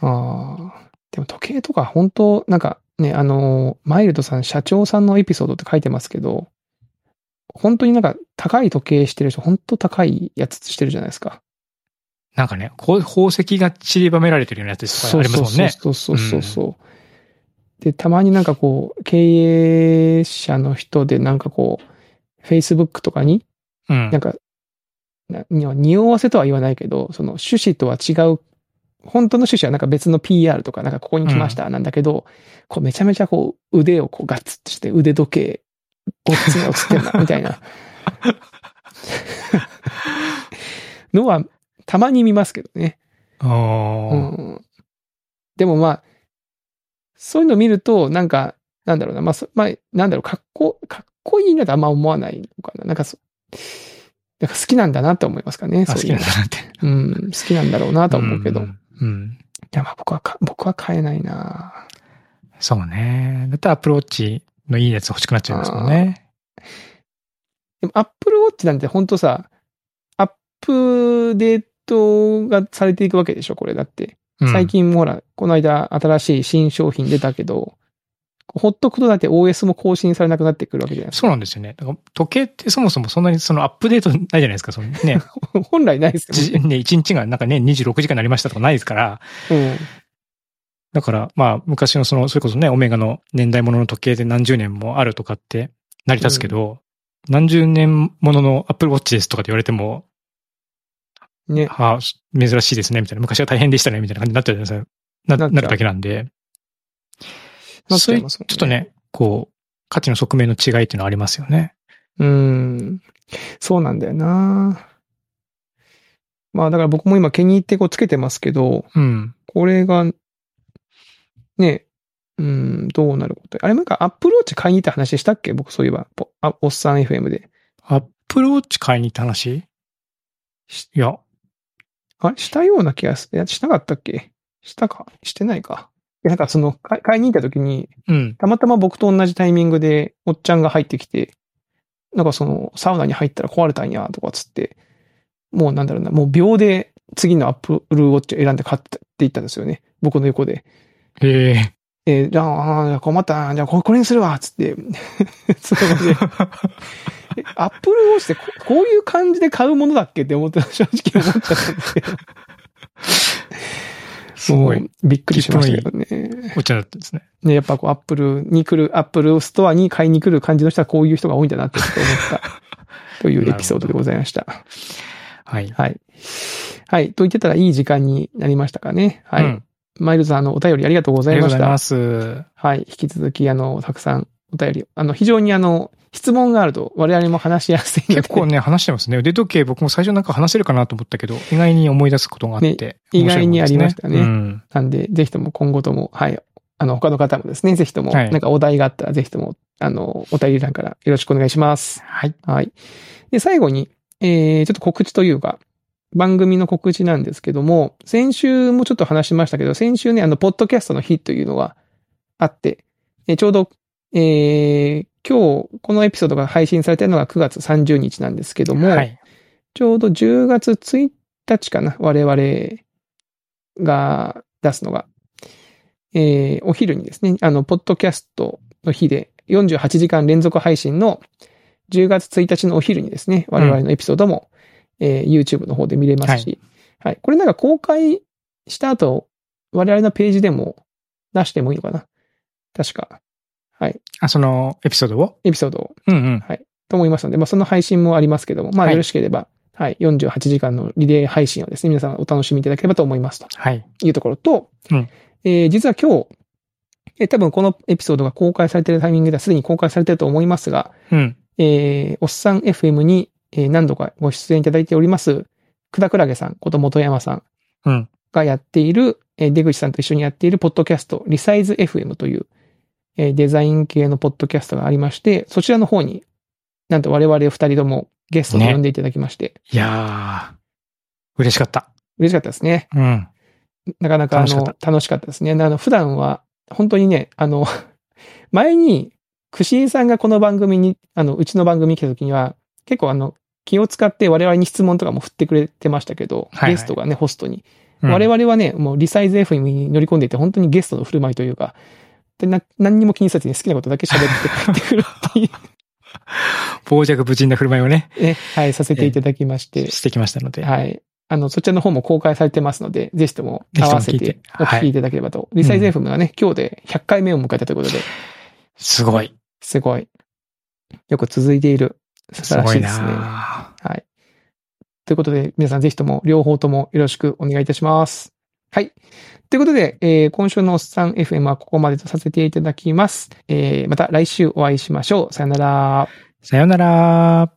Speaker 2: ああ。でも時計とか、本当なんかね、あのー、マイルドさん、社長さんのエピソードって書いてますけど、本当になんか高い時計してる人、本当高いやつしてるじゃないですか。
Speaker 1: なんかね、こう宝石が散りばめられてるようなやつとかありますもんね。
Speaker 2: そうそうそうそう。うで、たまになんかこう、経営者の人でなんかこう、Facebook とかに、
Speaker 1: うん
Speaker 2: なん。か、なに匂わせとは言わないけど、その趣旨とは違う、本当の趣旨はなんか別の PR とか、なんかここに来ましたなんだけど、こうめちゃめちゃこう腕をこうガッツってして腕時計、ごっつが映ってんだ、 みたいな。のは、たまに見ますけどね。
Speaker 1: お
Speaker 2: う
Speaker 1: ー
Speaker 2: ん。でもまあ、そういうの見ると、なんか、なんだろうな、まあ、そまあ、なんだろう、かっこ、かっこいいなとあんま思わないのかな。なんかそ、なんか好きなんだなと思いますかね。
Speaker 1: あ、好
Speaker 2: そう
Speaker 1: き
Speaker 2: い
Speaker 1: な
Speaker 2: う
Speaker 1: ん
Speaker 2: の
Speaker 1: だなって。
Speaker 2: うん、好きなんだろうなとは思うけど。
Speaker 1: う
Speaker 2: い
Speaker 1: んうん。
Speaker 2: や、まあ僕はか、僕は買えないな
Speaker 1: そうね。だったらアプローチのいいやつ欲しくなっちゃいますもんね。
Speaker 2: でも、アップルウォッチなんて本当さ、アップデートがされていくわけでしょ、これだって。
Speaker 1: うん
Speaker 2: 最。近もほら、この間新しい新商品出たけど、ほっとくとだって OS も更新されなくなってくるわけじゃないです
Speaker 1: そうなんですよね。だから時計ってそもそもそんなにそのアップデートないじゃないですか。その ね、
Speaker 2: か。本来ないです
Speaker 1: じ
Speaker 2: よね。
Speaker 1: ね1日がなんかね、26時間になりましたとかないですから。だから、まあ、昔のその、それこそね、オメガの年代ものの時計で何十年もあるとかって成り立つけど、何十年もののアップルウォッチですとかって言われても、
Speaker 2: うん。ね。
Speaker 1: はあ、珍しいですね、みたいな。昔は大変でしたね、みたいな感じになっちゃうじゃないですか。
Speaker 2: な
Speaker 1: な、
Speaker 2: っちゃう
Speaker 1: なるだけなんで。
Speaker 2: なっち
Speaker 1: そう
Speaker 2: ゃ
Speaker 1: い、ちょ
Speaker 2: いうますもんね
Speaker 1: っとね、こう、価値の側面の違いっていうのはありますよね。
Speaker 2: うん。そうなんだよなまあだから僕も今気に入ってこうつけてますけど、
Speaker 1: うん。
Speaker 2: これが、ね、うん、どうなること。あれなんかアップルウォッチ買いに行った話したっけ僕そういえば、ぽあおっさん FM で。
Speaker 1: アップルウォッチ買いに行った話しいや、
Speaker 2: あれしたような気がする。いや、しなかったっけしたかしてないか。いやなんかその、買い買いに行った時に、
Speaker 1: うん。
Speaker 2: たまたま僕と同じタイミングで、おっちゃんが入ってきて、なんかその、サウナに入ったら壊れたんや、とかつって、もうなんだろうな、もう秒で次のアップルウォッチを選んで買っていったんですよね。僕の横で。
Speaker 1: へえ。
Speaker 2: えーじゃああー、じゃあ困ったな、じゃあこれこれにするわ、つって。 その場で、えアップルウォッチってここういう感じで買うものだっけって思って、正直思っちゃったんですけど。
Speaker 1: すご
Speaker 2: も
Speaker 1: い、
Speaker 2: う。びっくりしましたけどね。
Speaker 1: お茶だったんですね。
Speaker 2: ね、やっぱこう、アップルに来る、アップルストアに買いに来る感じの人はこういう人が多いんだなってちょっと思っ た。というエピソードでございました。
Speaker 1: はい。
Speaker 2: はい。はい。と言ってたらいい時間になりましたかね。はい。
Speaker 1: うん
Speaker 2: マイルズさん、あの、お便りありがとう
Speaker 1: あ
Speaker 2: ござ
Speaker 1: り
Speaker 2: い
Speaker 1: がと
Speaker 2: ま
Speaker 1: うご
Speaker 2: し
Speaker 1: ざい
Speaker 2: た。
Speaker 1: ます。
Speaker 2: はい。引き続き、あの、たくさんお便り、あの、非常にあの、質問があると我々も話しやすいので。
Speaker 1: 結構ね、話してますね。腕時計僕も最初なんか話せるかなと思ったけど、意外に思い出すことがあって。面
Speaker 2: 意
Speaker 1: 白
Speaker 2: 外
Speaker 1: いもん
Speaker 2: に
Speaker 1: で
Speaker 2: あ
Speaker 1: す
Speaker 2: りましたね
Speaker 1: うん。
Speaker 2: なんで、ぜひとも今後とも、はい。あの、他の方もですね、ぜひとも、
Speaker 1: はい
Speaker 2: なんかお題があったら、ぜひとも、あの、お便り欄からよろしくお願いします。
Speaker 1: はい。
Speaker 2: はい。で、最後に、えー、ちょっと告知というか、番組の告知なんですけども、先週もちょっと話しましたけど、先週ね、あの、ポッドキャストの日というのがあって、えーちょうど、えー、今日、このエピソードが配信されてるのが9月30日なんですけども、
Speaker 1: はい。
Speaker 2: ちょうど10月1日かな、我々が出すのが、えーお昼にですね、あの、ポッドキャストの日で、48時間連続配信の10月1日のお昼にですね、我々のエピソードも、えー YouTube の方で見れますし、はい、これなんか公開した後、我々のページでも出してもいいのかな確か。はい。
Speaker 1: あ、そのエピソードを
Speaker 2: エピソードを
Speaker 1: うんうん。
Speaker 2: と思いますので、まあ、その配信もありますけども、まあ、
Speaker 1: はい
Speaker 2: よろしければ、はい、48時間のリレー配信をですね、皆さんお楽しみいただければと思いますと
Speaker 1: はい。
Speaker 2: いうところと、
Speaker 1: うん
Speaker 2: えー実は今日、えー多分このエピソードが公開されているタイミングではすでに公開されていると思いますが、
Speaker 1: うん。
Speaker 2: えーおっさん FM に、えー何度かご出演いただいております、くだくらげさんこと元山さん
Speaker 1: うん。
Speaker 2: がやっている、えー出口さんと一緒にやっているポッドキャスト、リサイズ FM という、えーデザイン系のポッドキャストがありまして、そちらの方に、なんと我々二人ともゲストを
Speaker 1: ね
Speaker 2: 呼んでいただきまして、
Speaker 1: いやー、嬉しかった。
Speaker 2: 嬉しかったですね。
Speaker 1: うん。
Speaker 2: なかなかあ
Speaker 1: 楽しか
Speaker 2: の
Speaker 1: っ
Speaker 2: 楽しかったですね。あの普段は、本当にね、あの、 前に、くしえさんがこの番組に、あの、うちの番組に来た時には、結構あの、気を使って我々に質問とかも振ってくれてましたけど、
Speaker 1: はいはい
Speaker 2: ゲストがね、ホストに。
Speaker 1: うん
Speaker 2: 我々はね、もうリサイズ FM に乗り込んでいて、本当にゲストの振る舞いというか、でな何にも気にせずに好きなことだけ喋って帰って くるっていう、
Speaker 1: 傍若無人な振る舞いをね、
Speaker 2: ね、はい、させていただきまして、
Speaker 1: してきましたので。
Speaker 2: はい。あの、そちらの方も公開されてますので、ぜひとも
Speaker 1: ぜ
Speaker 2: 合
Speaker 1: ひと
Speaker 2: わ
Speaker 1: も
Speaker 2: せ
Speaker 1: 聞いて
Speaker 2: てお聞きいただければと。リサイズ FM がね、今日で100回目を迎えたということで、
Speaker 1: すごい。
Speaker 2: すごい。よく続いている。素
Speaker 1: す
Speaker 2: 晴ら
Speaker 1: ご
Speaker 2: しい
Speaker 1: い
Speaker 2: ですね。
Speaker 1: な
Speaker 2: はい。ということで、皆さんぜひとも両方ともよろしくお願いいたします。はい。ということで、えー今週のおっさん FM はここまでとさせていただきます。えーまた来週お会いしましょう。さよなら。
Speaker 1: さよなら。